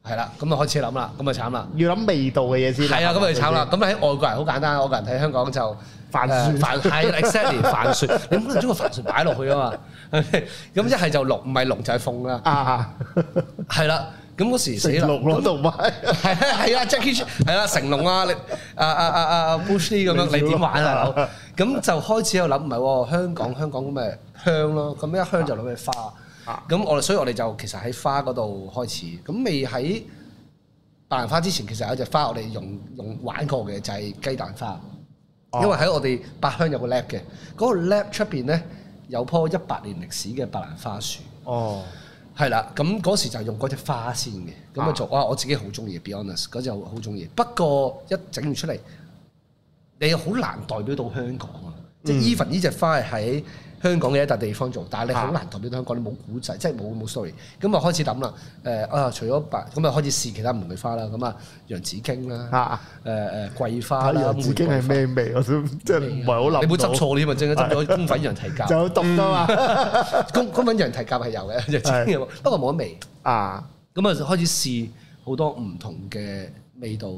Speaker 3: 係啦，咁就開始諗啦，咁就慘啦。
Speaker 2: 要諗味道嘅嘢先。
Speaker 3: 係啊，咁就慘啦。。咁喺外國人好簡單，外國人睇香港就
Speaker 2: 帆船
Speaker 3: 誒帆係 exactly 帆 船，你唔可能將個帆船擺落去啊嘛。咁一係就龍，唔係龍就係鳳啦。
Speaker 2: 啊，
Speaker 3: 係啦，咁嗰時死
Speaker 2: 成
Speaker 3: 啦。
Speaker 2: 龍攞度買，
Speaker 3: 係啊係啊，Jackie Chan 係啊，成龍啊，你啊啊啊啊 Bush Lee 咁樣，你點玩啊？大佬咁就開始有諗，唔係喎，香港香港咁咪香咯，咁一香就諗起花
Speaker 2: 啊。
Speaker 3: 咁我哋所以我哋就其實喺花嗰度開始，咁未喺白蘭花之前，其實有一隻花我哋用用玩過嘅就係雞蛋花，
Speaker 2: 哦
Speaker 3: 因為喺我哋八鄉有個 lab 嘅，嗰、個 lab 出邊咧有棵一百年歷史嘅白蘭花樹。
Speaker 2: 哦，
Speaker 3: 係啦，咁嗰時就用嗰隻花先嘅，咁
Speaker 2: 啊
Speaker 3: 啊做，哇！我自己好中意，be honest，嗰隻好中意。不過一整完出嚟，你好難代表到香港啊！
Speaker 2: 嗯
Speaker 3: 即係 even 呢隻花係喺香港嘅一笪地方做，但係你
Speaker 2: 啊
Speaker 3: 好難代表到香港，你冇古仔，即係冇冇 story。咁啊開始諗啦，誒啊，除咗白，咁啊開始試其他唔同嘅花啦，咁啊洋紫荊啦，
Speaker 2: 啊，
Speaker 3: 誒誒桂花
Speaker 2: 睇
Speaker 3: 啦，
Speaker 2: 下自己係咩味，我都即係唔係好諗。
Speaker 3: 玫瑰花？你冇執，嗯錯添啊！正係執咗公粉羊蹄 甲，
Speaker 2: 就毒㗎嘛。
Speaker 3: 公公粉羊蹄甲係有嘅，洋紫荊有 不過冇乜味。
Speaker 2: 啊，
Speaker 3: 咁啊就開始試好多唔同嘅味道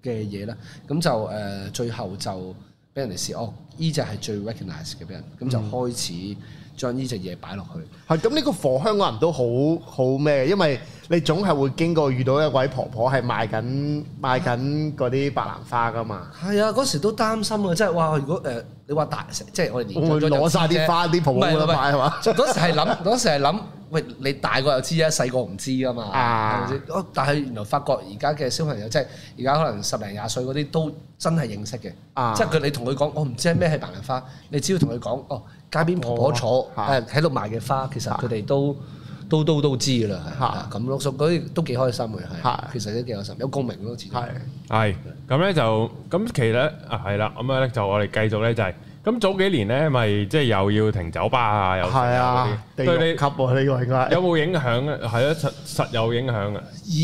Speaker 3: 嘅嘢啦。咁就誒、呃最後就俾人哋試，哦，依隻係最 recognize 嘅俾人，咁
Speaker 2: 嗯
Speaker 3: 就開始將呢隻嘢擺落去。
Speaker 2: 係咁呢個貨香港人都好好咩嘅，因為你總係會經過遇到一位婆婆係賣緊賣緊嗰啲白蘭花㗎嘛，
Speaker 3: 係啊，嗰時都擔心啊，即係哇！如果誒、呃你話大成，即係我哋
Speaker 2: 會
Speaker 3: 年
Speaker 2: 唔會
Speaker 3: 長咗就
Speaker 2: 攞晒
Speaker 3: 知啫
Speaker 2: 啲花啲婆
Speaker 3: 唔
Speaker 2: 婆
Speaker 3: 係
Speaker 2: 咁
Speaker 3: 唔
Speaker 2: 樣
Speaker 3: 係
Speaker 2: 買係嘛？
Speaker 3: 嗰時係諗，嗰時係諗，喂，你大個又知啊，細個唔知噶嘛，係
Speaker 2: 啊
Speaker 3: 咪先？哦但係原來發覺而家嘅小朋友，即係而家可能十零廿歲嗰啲都真係認識嘅，
Speaker 2: 啊
Speaker 3: 即係佢你同佢講，哦我唔知係咩係白蘭花，你只要同佢講，哦，街邊婆婆坐
Speaker 2: 嚇
Speaker 3: 誒喺度賣嘅花，其實佢哋都。都都都知㗎啦，係
Speaker 2: 嚇
Speaker 3: 啊咁咯，所以嗰啲都幾開心嘅，係啊
Speaker 2: 嚇
Speaker 3: 其實都幾開心，有共鳴咯，自己
Speaker 2: 係
Speaker 1: 係咁咧就咁其實呢啊係啦，咁咧就我哋繼續咧就係咁早幾年咧咪即係又要停酒吧啊，又
Speaker 2: 係啊，地
Speaker 1: 成嗰啲
Speaker 2: 獄
Speaker 1: 對
Speaker 2: 級喎呢個應該
Speaker 1: 你有。冇影響啊？係啊，實實有影響啊！
Speaker 3: 而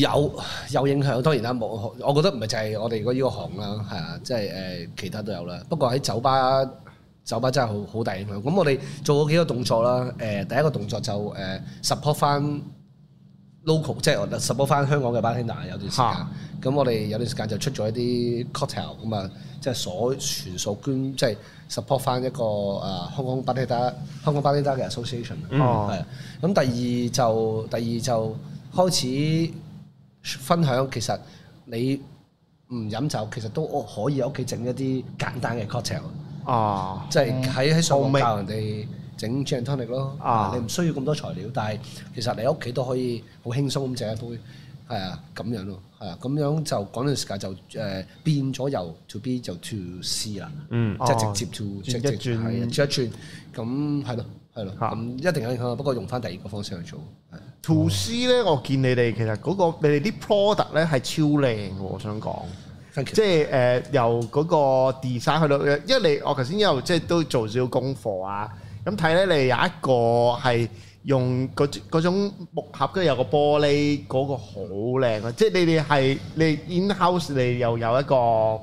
Speaker 3: 有有影響，當然啦，冇，我覺得唔係就係我哋嗰呢個行啦，係啊，即係誒其他都有啦。不過喺酒吧，酒吧真係好好大影響。咁我哋做過幾個動作啦，誒、第一個動作就誒、support 翻 local，即係我哋 support 翻香港嘅 bartender 啊有段時間
Speaker 2: 嚇。
Speaker 3: 咁我哋有段時間就出咗一啲 cocktail 咁啊，即係所全數捐，即係 support 翻一個啊誒、香港 bartender 香港 bartender 嘅 association
Speaker 1: 嗯
Speaker 3: 啦。
Speaker 2: 哦
Speaker 3: 係啊咁第二就第二就開始分享，其實你唔飲酒，其實都可以喺屋企整一啲簡單嘅 cocktail，
Speaker 1: 嗯
Speaker 2: 啊，
Speaker 3: 即係喺喺上網
Speaker 2: Homemade
Speaker 3: 教人哋整 gin and tonic 咯。
Speaker 2: 啊
Speaker 3: 你唔需要咁多材料，但係其實你喺屋企都可以好輕鬆咁整一杯，係啊咁樣咯，係啊咁樣就嗰段時間就誒、變咗由 to B 就 to C 啦。
Speaker 1: 嗯，
Speaker 3: 即係
Speaker 2: 哦
Speaker 3: 直接 to
Speaker 2: 轉一
Speaker 3: 直接
Speaker 2: 轉
Speaker 3: 係啊轉一轉，咁係咯係咯，
Speaker 2: 嚇
Speaker 3: 咁一定有影響，不過用翻第二個方式去做。係
Speaker 2: 圖師咧，我見你哋其實嗰、個你哋啲 product 咧係超靚嘅，我想講。
Speaker 3: Thank you
Speaker 2: 即係誒、呃由嗰個 design 去到，因為你我頭先一路即係都做少少功課啊，咁睇咧你有一個係用嗰嗰種木盒，跟住有個玻璃，嗰、個好靚啊！即係你哋係你 in house 你又有一個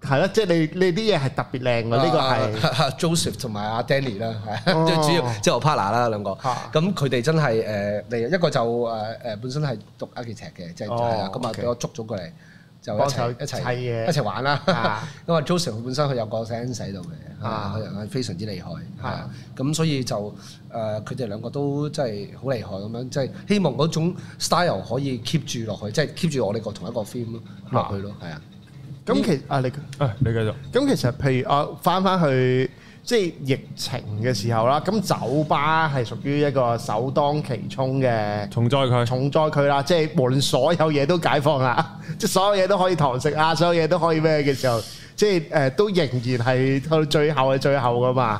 Speaker 2: 係啦，即係你你啲嘢係特別靚嘅，呢個係
Speaker 3: 啊 Joseph 同埋阿 Danny 啦，係
Speaker 2: 哦
Speaker 3: 即係主要即係我 partner 啦兩個。
Speaker 2: 啊
Speaker 3: 咁佢哋真係誒嚟一個就誒誒本身係讀 architect 嘅，即係
Speaker 2: 哦
Speaker 3: 係啊咁啊
Speaker 2: OK
Speaker 3: 俾我捉咗過嚟就一
Speaker 2: 幫手
Speaker 3: 齊一齊
Speaker 2: 砌嘢
Speaker 3: 一齊玩啦。
Speaker 2: 啊
Speaker 3: 因為 Joseph 本身佢有個 sense 喺度嘅，啊
Speaker 2: 啊
Speaker 3: 佢人係非常之厲害，係啊
Speaker 2: 啊
Speaker 3: 咁所以就誒佢哋兩個都真係好厲害咁樣，即係希望嗰種 style 可以 keep 住落去，即係 keep 住我哋個同一個 theme 咯落去咯，係啊。
Speaker 2: 咁其啊你。
Speaker 1: 啊，你繼續。
Speaker 2: 咁其實譬如啊，翻翻去即係疫情嘅時候啦，咁酒吧係屬於一個首當其衝嘅
Speaker 1: 重災佢。
Speaker 2: 重災區啦，即係無論所有嘢都解放啦， 即係所有嘢都可以堂食啊，所有嘢都可以咩嘅時候，即係誒、呃都仍然係去到最後嘅最後噶嘛，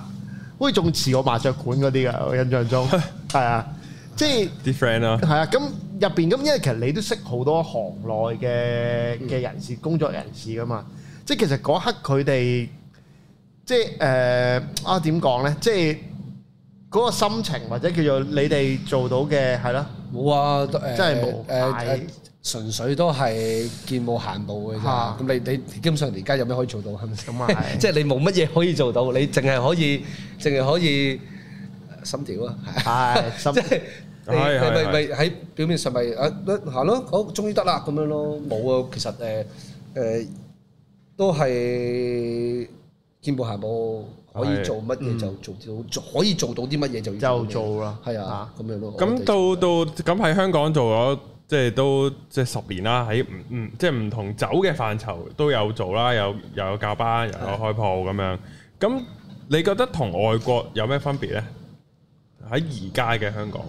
Speaker 2: 好似仲遲過麻雀館嗰啲噶，我印象中係啊，即係。
Speaker 1: 啲 friend 啊，
Speaker 2: 係啊，咁入邊咁，因為其實你都識好多行內嘅嘅人士、工作人士噶嘛，即係其實嗰刻佢哋即係誒、呃啊點講咧，即係嗰個心情或者叫做你哋做到嘅係咯，
Speaker 3: 冇啊，
Speaker 2: 真
Speaker 3: 誒
Speaker 2: 係冇
Speaker 3: 誒
Speaker 2: 係
Speaker 3: 誒純粹都係見冇行步嘅咋
Speaker 2: 啊。
Speaker 3: 咁你你基本上而家有咩可以做到係咪先？
Speaker 2: 咁啊係
Speaker 3: 即係你冇乜嘢可以做到，你淨係可以淨係可以呃心跳啊， 係
Speaker 2: 係
Speaker 3: 即
Speaker 2: 心
Speaker 3: 係。你你
Speaker 1: 係係
Speaker 3: 咪
Speaker 1: 係
Speaker 3: 咪喺表面上咪啊得行咯，好終於得啦咁樣咯，冇啊，其實誒誒都係見步行步，可以
Speaker 1: 係
Speaker 3: 做乜嘢就做到，做可以做到啲乜嘢就要
Speaker 2: 就
Speaker 3: 乜嘢
Speaker 2: 做啦
Speaker 3: 係啊
Speaker 2: 啊，
Speaker 3: 咁樣咯。我
Speaker 1: 咁
Speaker 3: 哋
Speaker 1: 到到咁喺香港做咗，啊即係都即係十年啦，喺唔唔即係唔同酒嘅範疇都有做啦，有又有教班，又有開鋪咁樣。咁你覺得同外國有咩分別呢？喺而家嘅香港，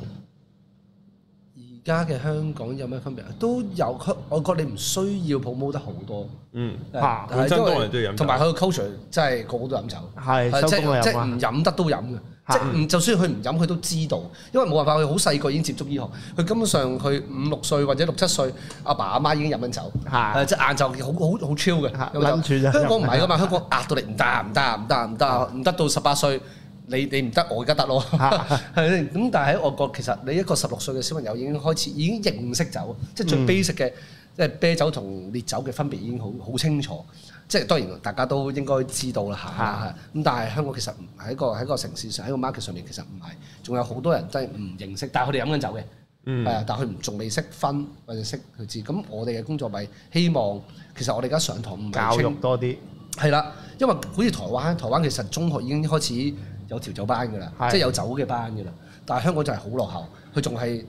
Speaker 3: 而家嘅香港有咩分別啊？都有，香我覺得你唔需要 promote 得好多。
Speaker 1: 嗯，
Speaker 2: 啊
Speaker 3: 但係
Speaker 1: 本身
Speaker 3: 因為
Speaker 1: 多人都要飲酒
Speaker 3: 同埋佢個 culture 真係個個都飲酒，
Speaker 2: 係
Speaker 3: 係
Speaker 2: 收
Speaker 3: 即
Speaker 2: 工
Speaker 3: 係
Speaker 2: 啦
Speaker 3: 即
Speaker 2: 飲
Speaker 3: 係唔
Speaker 2: 啊
Speaker 3: 飲得都飲嘅，即
Speaker 2: 嚇
Speaker 3: 係唔就算佢唔飲，佢都知道，因為冇辦法，佢好細個已經接觸醫學，佢根本上佢五六歲或者六七歲，阿爸阿媽已經飲緊酒，
Speaker 2: 嚇
Speaker 3: 誒即係晏晝好好好 chill 嘅
Speaker 2: 嚇
Speaker 3: 飲
Speaker 2: 諗住就
Speaker 3: 酒，香港唔係㗎嘛，香港壓到你唔得唔得唔得唔得，唔得到十八歲。你你唔得，我而家得咯，
Speaker 2: 嚇
Speaker 3: 係咪咁但係喺外國，其實你一個十六歲嘅小朋友已經開始已經認識酒，即係最
Speaker 2: 嗯
Speaker 3: basic 嘅，即係啤酒同烈酒嘅分別已經好好清楚。即係當然大家都應該知道啦嚇
Speaker 2: 嚇。
Speaker 3: 咁但係香港其實唔喺個喺個城市上喺個 market 上面其實唔係，仲有好多人真係唔認識，但係佢哋飲緊酒嘅。
Speaker 2: 嗯
Speaker 3: 係啊，但係佢唔仲未識分或者識佢知，咁我哋嘅工作咪希望，其實我哋而家上堂唔係
Speaker 2: 教育
Speaker 3: 清
Speaker 2: 多啲，
Speaker 3: 係啦，因為好似台灣，台灣其實中學已經開始有調酒班㗎啦，
Speaker 2: 係
Speaker 3: 即係有酒嘅班㗎啦。但係香港就係好落後，佢仲係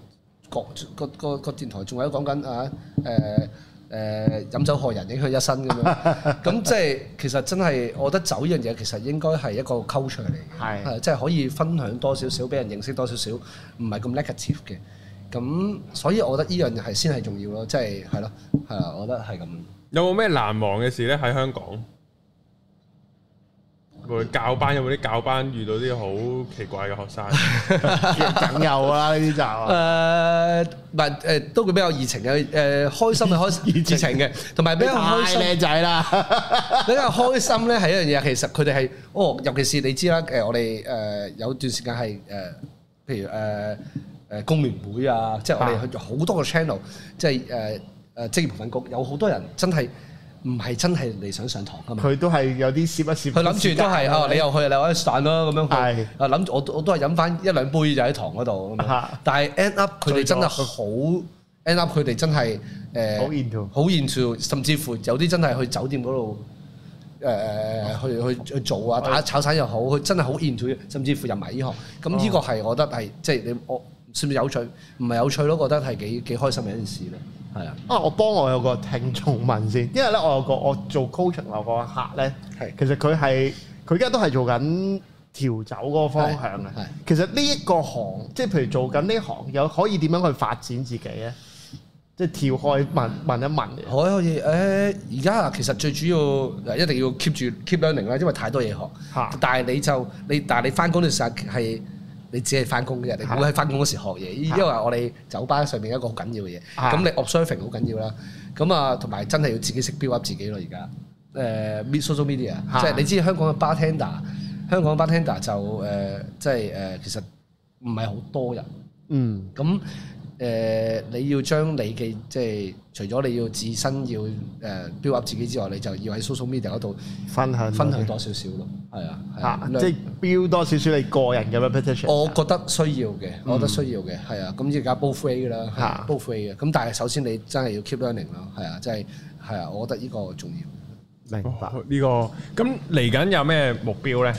Speaker 3: 國個個個電台仲喺度講緊啊誒誒飲酒害人，影響一生咁 樣。咁即係其實真係，我覺得酒呢樣嘢其實應該係一個 culture 嚟嘅。
Speaker 2: 係
Speaker 3: 係即係可以分享多少少，俾人認識多少少，唔係咁 negative 嘅。咁所以我覺得呢樣係先係重要咯，即係係咯，係啊，我覺得係咁。
Speaker 1: 有冇咩難忘嘅事呢？喺香港，會教班有冇啲教班遇到啲好奇怪嘅學 生？
Speaker 2: 梗有啦呢啲
Speaker 3: 誒
Speaker 2: 就
Speaker 3: 呃唔係誒，都會比較熱情嘅，誒、呃開心嘅開心 熱情嘅，同埋比較
Speaker 2: 太
Speaker 3: 開心
Speaker 2: 靚仔啦，
Speaker 3: 比較開心咧係一樣嘢。其實佢哋係哦，尤其是你知啦，誒、我哋誒、有段時間係誒、譬如誒誒、呃工聯會啊，即係我哋去咗好多個 channel，即係誒誒職業培訓局有好多人真係唔係真係嚟想上堂噶嘛。
Speaker 2: 佢都係有啲攝一攝，
Speaker 3: 佢諗住都係哦，你又去，你可以散咯咁樣去。
Speaker 2: 係
Speaker 3: 啊諗住我都我都係飲翻一兩杯就喺堂嗰度咁樣
Speaker 2: 嚇。
Speaker 3: 但係 end up 佢哋真係好 end up 佢哋真係誒
Speaker 2: 好 into
Speaker 3: 好 into，甚至乎有啲真係去酒店嗰度。誒、去去去做啊，打炒散又好，佢真係好 into，甚至乎入埋醫學。咁
Speaker 2: 哦
Speaker 3: 呢個係我覺得係即係你我算唔算有趣？唔係有趣咯，覺得係幾幾開心嘅一件事咯。係啊，
Speaker 2: 啊！我幫我有個聽眾問先，因為咧我有個我做 coaching 我有個客咧
Speaker 3: 係，
Speaker 2: 其實佢係佢而家都係做緊調酒嗰個方向嘅
Speaker 3: 係係。
Speaker 2: 其實呢一個行，即係譬如做緊呢行，有可以點樣去發展自己咧？即係跳開問問一問嘅。
Speaker 3: 可可以誒，而家啊，其實最主要誒一定要 keep 住 keep learning 啦，因為太多嘢學。
Speaker 2: 嚇
Speaker 3: 但係你就你但係你翻工嗰段時間係你只係翻工嘅，你唔會喺翻工嗰時學嘢，因為我哋酒吧上面有一個好緊要嘅嘢。
Speaker 2: 嚇
Speaker 3: 咁你 observing 好緊要啦。咁啊，同埋真係要自己識 build up 自己咯，而家。誒 mid social media，
Speaker 2: 嚇
Speaker 3: 即係你知香港嘅 bartender，香港嘅 bartender 就誒即係誒其實唔係好多人。
Speaker 2: 嗯，
Speaker 3: 咁誒、呃你要將你嘅即係除咗你要自身要誒呃 build up 自己之外，你就要喺 social media 嗰度
Speaker 2: 分享
Speaker 3: 分享多少少咯。係啊，係
Speaker 2: 嚇
Speaker 3: 啊，哦
Speaker 2: 即係 build 多少少你個人嘅 repetition。
Speaker 3: 我覺得需要嘅，我覺得需要嘅，係啊。咁而家 both way 㗎啦係啊
Speaker 2: 嚇
Speaker 3: ，both way 嘅。咁但係首先你真係要 keep learning 咯，係啊，即係係啊，我覺得呢個重要。
Speaker 1: 哦
Speaker 2: 明白。
Speaker 1: 呢個咁嚟緊有咩目標呢？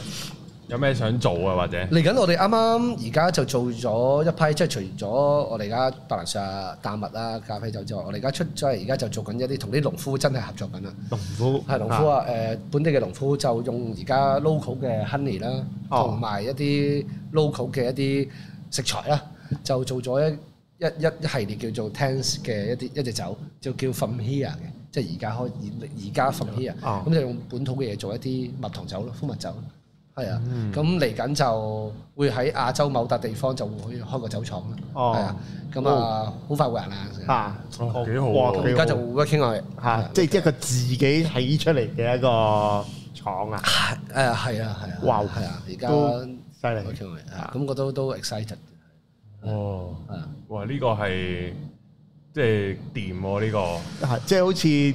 Speaker 1: 有咩想做啊？或者
Speaker 3: 嚟緊我哋啱啱而家就做咗一批，即係除咗我哋而家白蘭樹啊、淡麥啦、咖啡酒之外，我哋而家出咗嚟，而家就做緊一啲同啲農夫真係合作緊啦。
Speaker 2: 農夫
Speaker 3: 係農夫啊，誒本地嘅農夫就用而家 local 嘅 honey 啦，
Speaker 2: 哦
Speaker 3: 同埋一啲 local 嘅一啲食材啦，就做咗一一一一系列叫做 Tens 嘅一啲一隻酒，就叫 From Here 嘅，即係而家開而而家 From Here，
Speaker 2: 哦
Speaker 3: 咁就用本土嘅嘢做一啲蜜糖酒咯，蜂蜜酒咯。係啊，
Speaker 2: 嗯
Speaker 3: 咁嚟緊就會喺亞洲某笪地方就會開個酒廠啦。
Speaker 2: 哦
Speaker 3: 係啊，咁啊好快會行啦。
Speaker 2: 嚇，
Speaker 1: 哦幾好
Speaker 2: 哇
Speaker 1: 喎
Speaker 2: 幾
Speaker 3: 而
Speaker 2: 好
Speaker 3: 家就 working on it
Speaker 2: 嚇，啊即係一個自己起出嚟嘅一個廠啊，
Speaker 3: 誒係啊係啊，
Speaker 2: 哇
Speaker 3: 係啊，而家
Speaker 2: 都犀利
Speaker 3: working on it 啊，咁我都都 excited
Speaker 1: 哦，
Speaker 3: 啊，
Speaker 1: 哇！呢個係即係掂喎呢個，
Speaker 2: 啊即係好似誒。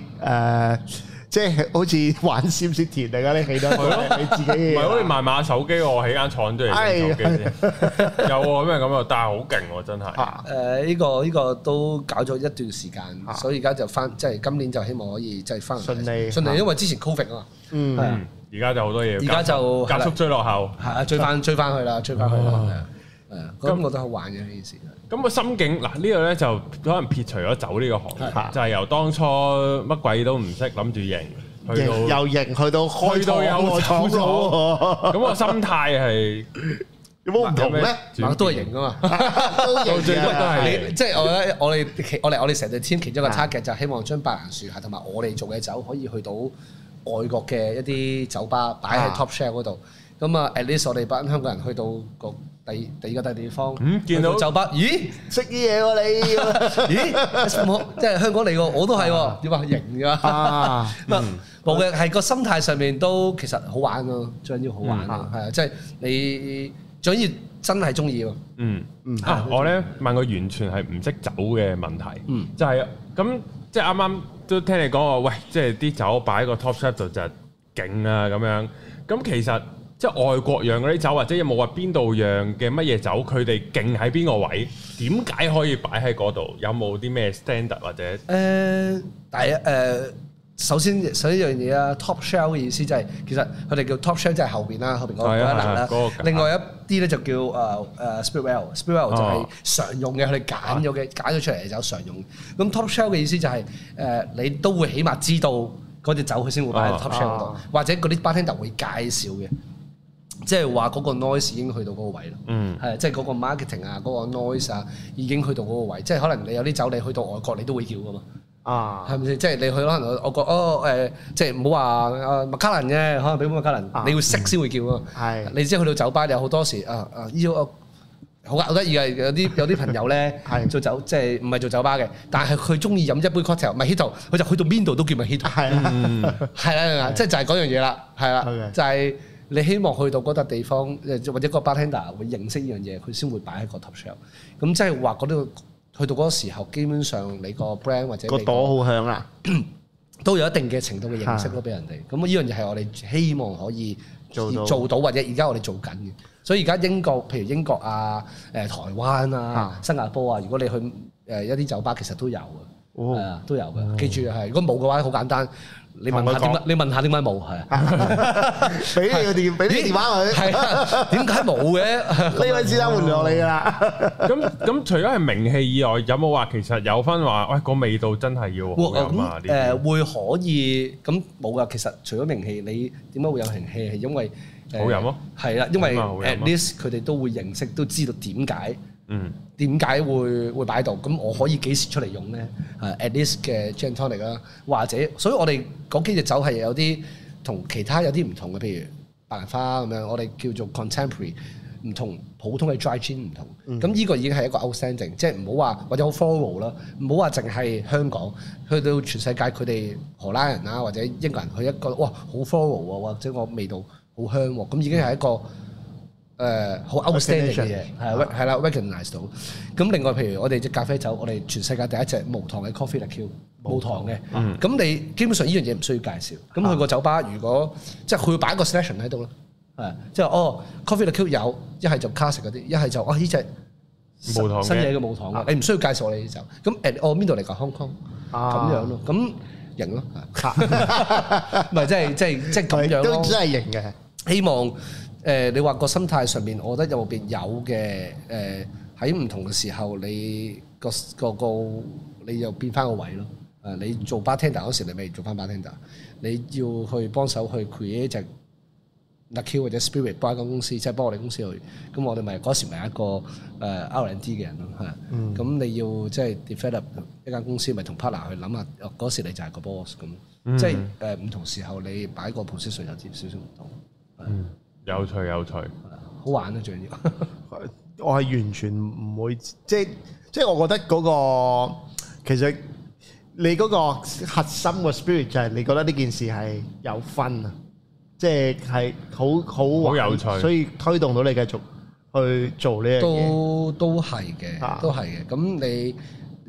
Speaker 2: 即係好似玩少少田嚟㗎，你起得到你自己
Speaker 1: 唔
Speaker 2: 嘅嘢
Speaker 1: 係好似賣馬手機喎，我起間廠出嚟整手機啫， 有喎咩咁啊？但係好勁喎，真係。
Speaker 2: 啊
Speaker 3: 誒呢個呢個都搞咗一段時
Speaker 2: 啊
Speaker 3: 間，所以而家就翻即係今年就希望可以即係翻嚟
Speaker 2: 順利
Speaker 3: 順
Speaker 2: 啊
Speaker 3: 利，因為之前 covid 啊嘛，
Speaker 2: 嗯
Speaker 3: 係啊
Speaker 1: 嗯，而家就好多嘢夾，
Speaker 3: 而家就
Speaker 1: 夾速追落後。
Speaker 3: 係啊追翻追翻去啦，追翻去啦，
Speaker 2: 哦
Speaker 3: 係啊係啊，咁我覺得好玩嘅呢件事。
Speaker 1: 咁個心境嗱呢度咧就可能撇除咗走呢個行業，
Speaker 2: 係
Speaker 1: 就係由當初乜鬼都唔識諗住贏，去
Speaker 2: 型
Speaker 1: 到
Speaker 2: 由型去到開
Speaker 1: 去到有
Speaker 2: 廠廠
Speaker 1: 廠
Speaker 2: 佬喎，
Speaker 1: 咁個心態係
Speaker 2: 有冇唔同咧？
Speaker 1: 有咩
Speaker 3: 都係型啊嘛，
Speaker 2: 都
Speaker 1: 到最
Speaker 2: 型
Speaker 1: 尾都
Speaker 2: 嘅，
Speaker 1: 係
Speaker 3: 你即係我咧，我哋其我哋我哋成隊 team 其中一個 target 就係希望將白蘭樹下同埋我哋做嘅酒可以去到外國嘅一啲酒吧擺喺
Speaker 2: 啊
Speaker 3: top share 嗰度。咁啊，at least 我哋班香港人去到個第第二個第地方，
Speaker 1: 嗯見到
Speaker 3: 去酒吧，咦
Speaker 2: 識啲嘢 喎
Speaker 3: 咦，冇即係香港嚟喎，我都係喎，點啊型
Speaker 2: 你
Speaker 3: 㗎。
Speaker 2: 啊！
Speaker 3: 唔
Speaker 1: 嗯
Speaker 3: 係冇嘅，係個心態上面都其實好玩咯，最緊要好玩咯，
Speaker 1: 嗯
Speaker 3: 係啊，即係你最緊要真係中意喎，
Speaker 1: 嗯
Speaker 2: 嗯
Speaker 1: 啊！我咧問個完全係唔識走嘅問題，
Speaker 3: 嗯
Speaker 1: 就係咁即係啱啱都聽你講話，喂，即係啲酒擺喺個 top shop 度就勁啊咁樣。咁其實即係外國釀嗰啲酒，或者有冇話邊度釀嘅乜嘢酒，佢哋勁喺邊個位？點解可以擺喺嗰度？有冇啲咩 standard 或者？
Speaker 3: 誒、第一誒、首先首先一樣嘢啦，top shelf 嘅意思就係、其實佢哋叫 top shelf 就係後邊啦，後邊嗰嗰
Speaker 1: 係
Speaker 3: 一
Speaker 1: 啊
Speaker 3: 欄
Speaker 1: 係啊
Speaker 3: 啦
Speaker 1: 嗰。個
Speaker 3: 另外一啲咧就叫誒誒 split well，split well 就
Speaker 1: 哦
Speaker 3: 係常用嘅，佢哋揀
Speaker 1: 啊
Speaker 3: 咗嘅揀咗出嚟就有常用。咁 top shelf 嘅意思就係、誒、你都會起碼知道嗰隻酒佢先會
Speaker 1: 哦
Speaker 3: 擺喺 top shelf 度，
Speaker 2: 啊
Speaker 3: 或者嗰啲 bartender 會介紹嘅，即係話嗰個 noise 已經去到嗰個位咯。
Speaker 1: 嗯
Speaker 3: 係即係嗰個 marketing 啊，嗰、個 noise 啊，已經去到嗰個位，即係可能你有啲酒你去到外國你都會叫噶嘛，
Speaker 2: 啊，
Speaker 3: 係咪先？即係你去可能我覺哦誒、即係唔好話啊麥卡倫嘅，可能俾麥卡倫，
Speaker 2: 啊
Speaker 3: 你要識先會叫啊。
Speaker 2: 係
Speaker 3: 你知去到酒吧有好多時啊啊要我。好好得意 嘅，有啲有啲朋友咧
Speaker 2: 係
Speaker 3: 做酒，即係唔係做酒吧嘅，但係佢中意飲一杯 cocktail，咪 hito，佢就去到邊度都叫咪 hito。
Speaker 2: 係
Speaker 1: 嗯
Speaker 2: 啦，
Speaker 3: 係啦，即係就係嗰樣嘢啦，係啦
Speaker 2: OK，
Speaker 3: 就係你希望去到嗰笪地方，誒或者個 bartender 會認識呢樣嘢，佢先會擺喺個 top shelf。咁即係話嗰度去到嗰個時候，基本上你個 brand 或者
Speaker 2: 個
Speaker 3: 你
Speaker 2: 朵好響啦，
Speaker 3: 都有一定嘅程度嘅認識咯，俾人哋。咁呢樣嘢係我哋希望可以
Speaker 2: 做到
Speaker 3: 做到，或者而家我哋做緊嘅。所以而家英國，譬如英國啊、誒、台灣啊
Speaker 2: 啊、
Speaker 3: 新加坡啊，如果你去誒、一啲酒吧，其實都有嘅，
Speaker 2: 哦
Speaker 3: 係啊、都有嘅。記住係，如果冇嘅話，好簡單，你問下
Speaker 2: 同
Speaker 3: 點
Speaker 2: 佢
Speaker 3: 解，你問下點解冇係啊？
Speaker 2: 俾你個電，俾你個電話 佢，
Speaker 3: 係啊， 點解冇嘅？
Speaker 2: 呢位先生換落你㗎啦，
Speaker 1: 咁咁除咗係名氣以外，有冇話其實有分話，喂個味道真係要好飲啊？呢
Speaker 3: 咁
Speaker 1: 啲
Speaker 3: 誒會可以咁冇噶，其實除咗名氣，你點解會有名氣？係因為誒
Speaker 1: 好飲咯，
Speaker 3: 係啦，因為
Speaker 1: 咁啊好飲啊
Speaker 3: at least 佢哋都會認識，都知道點解
Speaker 1: 嗯
Speaker 3: 點解會會擺度。咁我可以幾時出嚟用咧？誒 at least 嘅 gin tonic 啦，或者所以我哋嗰幾隻酒係有啲同其他有啲唔同嘅，譬如白蘭花咁樣，我哋叫做 contemporary。唔同普通嘅 dry gin 唔同，咁呢、個已經係一個 outstanding，即係唔好話或者好 floral 啦，唔好話淨係香港，去到全世界佢哋荷蘭人啊或者英國人去一個哇好 floral 啊，或者個味道好香喎、咁已經係一個誒好、outstanding 嘅嘢
Speaker 2: Recognition，
Speaker 3: 係係啦 recognize 到。咁另外譬如我哋隻咖啡酒，我哋全世界第一隻無糖嘅 coffee liqueur 無糖嘅，咁、你基本上呢樣嘢唔需要介紹。咁去個酒吧，如果即係佢會擺一個 selection 喺度啦。誒，即係哦，coffee liqueur 有，一係就 classic 嗰啲，一係就啊呢只
Speaker 1: 無糖嘅
Speaker 3: 新嘢嘅冇糖嘅，你唔需要介紹我哋就咁誒，我邊度嚟㗎？Hong Kong
Speaker 2: 啊
Speaker 3: 咁樣咯，咁型咯，唔係即係即係即係咁樣
Speaker 2: 都
Speaker 3: 咯，
Speaker 2: Ờ, 真係型嘅，
Speaker 3: 希望呃你話個心態上面，我覺得有冇變有嘅。誒、喺唔同嘅時候，你個個個你又變翻個位咯。誒、你做 bartender 嗰時，你咪做翻 bartender，你要去幫手去 create 一隻 l u c k y 或者 spirit 幫一間公司，即係幫我哋公司去。咁我哋咪嗰時咪有一個呃誒 R&D 嘅人咯，係。咁、你要即係 develop 一間公司，咪同 partner 去諗下，哦嗰時你就係個 boss 咁。即係誒唔同時候，你擺個 position 有啲少少唔同，
Speaker 1: 嗯有趣有趣，
Speaker 3: 係啊好玩啊最緊要。
Speaker 2: 我係完全唔會，即係即係我覺得嗰、個其實你嗰個核心個 spirit 就係你覺得呢件事係有分啊，即係係好好玩
Speaker 1: 好有趣
Speaker 2: 所以推動到你繼續去做呢樣嘢。
Speaker 3: 都都係
Speaker 2: 啊
Speaker 3: 嘅，都係嘅。咁你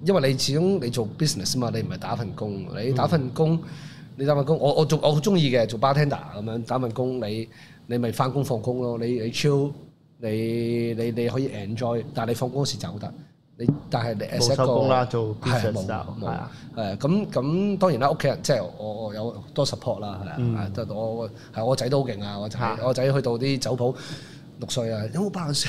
Speaker 3: 因為你始終你做 business 嘛，你唔係打份工，你
Speaker 2: 嗯
Speaker 3: 打份工，你打份工，我我做我好中意嘅，做 bartender 咁樣打份工，你你咪翻工放工咯，你你 chill，你你你可以 enjoy，但係你放工嗰時走得。你但係你 as
Speaker 2: 冇
Speaker 3: 一個
Speaker 2: 收工啦做
Speaker 3: 係
Speaker 2: business
Speaker 3: 冇
Speaker 2: 就係
Speaker 3: 冇
Speaker 2: 啊
Speaker 3: 誒咁咁當然啦，屋企人即係我我有多 support 啦，係啊啊，即係我係我仔都好勁啊，我
Speaker 2: 嗯
Speaker 3: 仔
Speaker 2: 嚇
Speaker 3: 我仔去到啲酒鋪六歲啊，有冇 balance？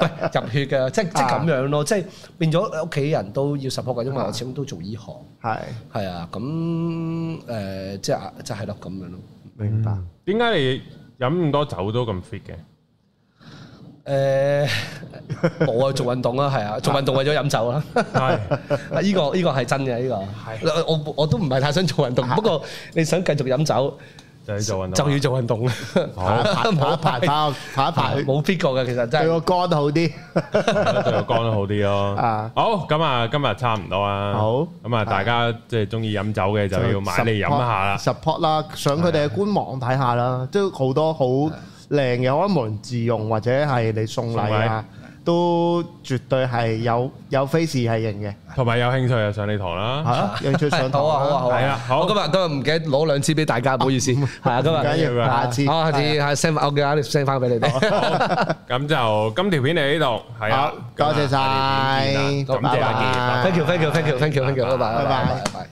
Speaker 3: 喂，入血嘅，即即咁樣咯，即係變咗屋企人都要 support 嘅，因為我始終都做醫行，
Speaker 2: 係
Speaker 3: 係啊，咁誒即係啊即係咯咁樣咯。
Speaker 2: 明白。
Speaker 1: 點解你飲咁多酒都咁 fit 嘅？
Speaker 3: 誒，呃 我啊做運動啦，係啊，做運動為咗飲酒啦。
Speaker 1: 係
Speaker 3: 啊！依個依個係真嘅，依個係我我都唔係太想做運動，不過你想繼續飲酒
Speaker 1: 就係做運動，啊
Speaker 3: 就要做運動，
Speaker 1: 好
Speaker 2: 排一排排翻排一排，
Speaker 3: 冇 fit 過嘅其實真
Speaker 2: 對
Speaker 3: 係。
Speaker 2: 個肝好啲。
Speaker 1: 對個肝都好啲咯。
Speaker 2: 啊
Speaker 1: 好，咁啊，今日差唔多啦。
Speaker 2: 好
Speaker 1: 咁啊，大家即係中意飲酒嘅就要買嚟飲下啦。
Speaker 2: support 啦，上佢哋嘅官網睇下
Speaker 3: 啊
Speaker 2: 啦，都好多好靚嘅，可能無論自用或者係你送禮啊，都絕對係有有 face 係型 嘅，
Speaker 1: 同埋有興趣就上你堂
Speaker 2: 係
Speaker 1: 啦。
Speaker 2: 啊，有趣上堂
Speaker 3: 好啊好啊好
Speaker 1: 係
Speaker 3: 啊
Speaker 1: 啊！好
Speaker 3: 我今日今日唔記得攞兩支俾大家，唔好意思。係啊，今
Speaker 2: 唔
Speaker 3: 日
Speaker 2: 緊要，下次
Speaker 3: 好，下啊次下 send 翻我嘅 send 翻俾 你哋。
Speaker 1: 咁就今條片嚟呢度，係啊
Speaker 2: 好，多謝
Speaker 1: 咁啊下條片見啦感
Speaker 2: 晒
Speaker 1: 謝阿傑，拜拜
Speaker 3: Thank you，thank you，thank you，thank you，thank you，拜拜
Speaker 2: 拜拜
Speaker 3: 拜拜。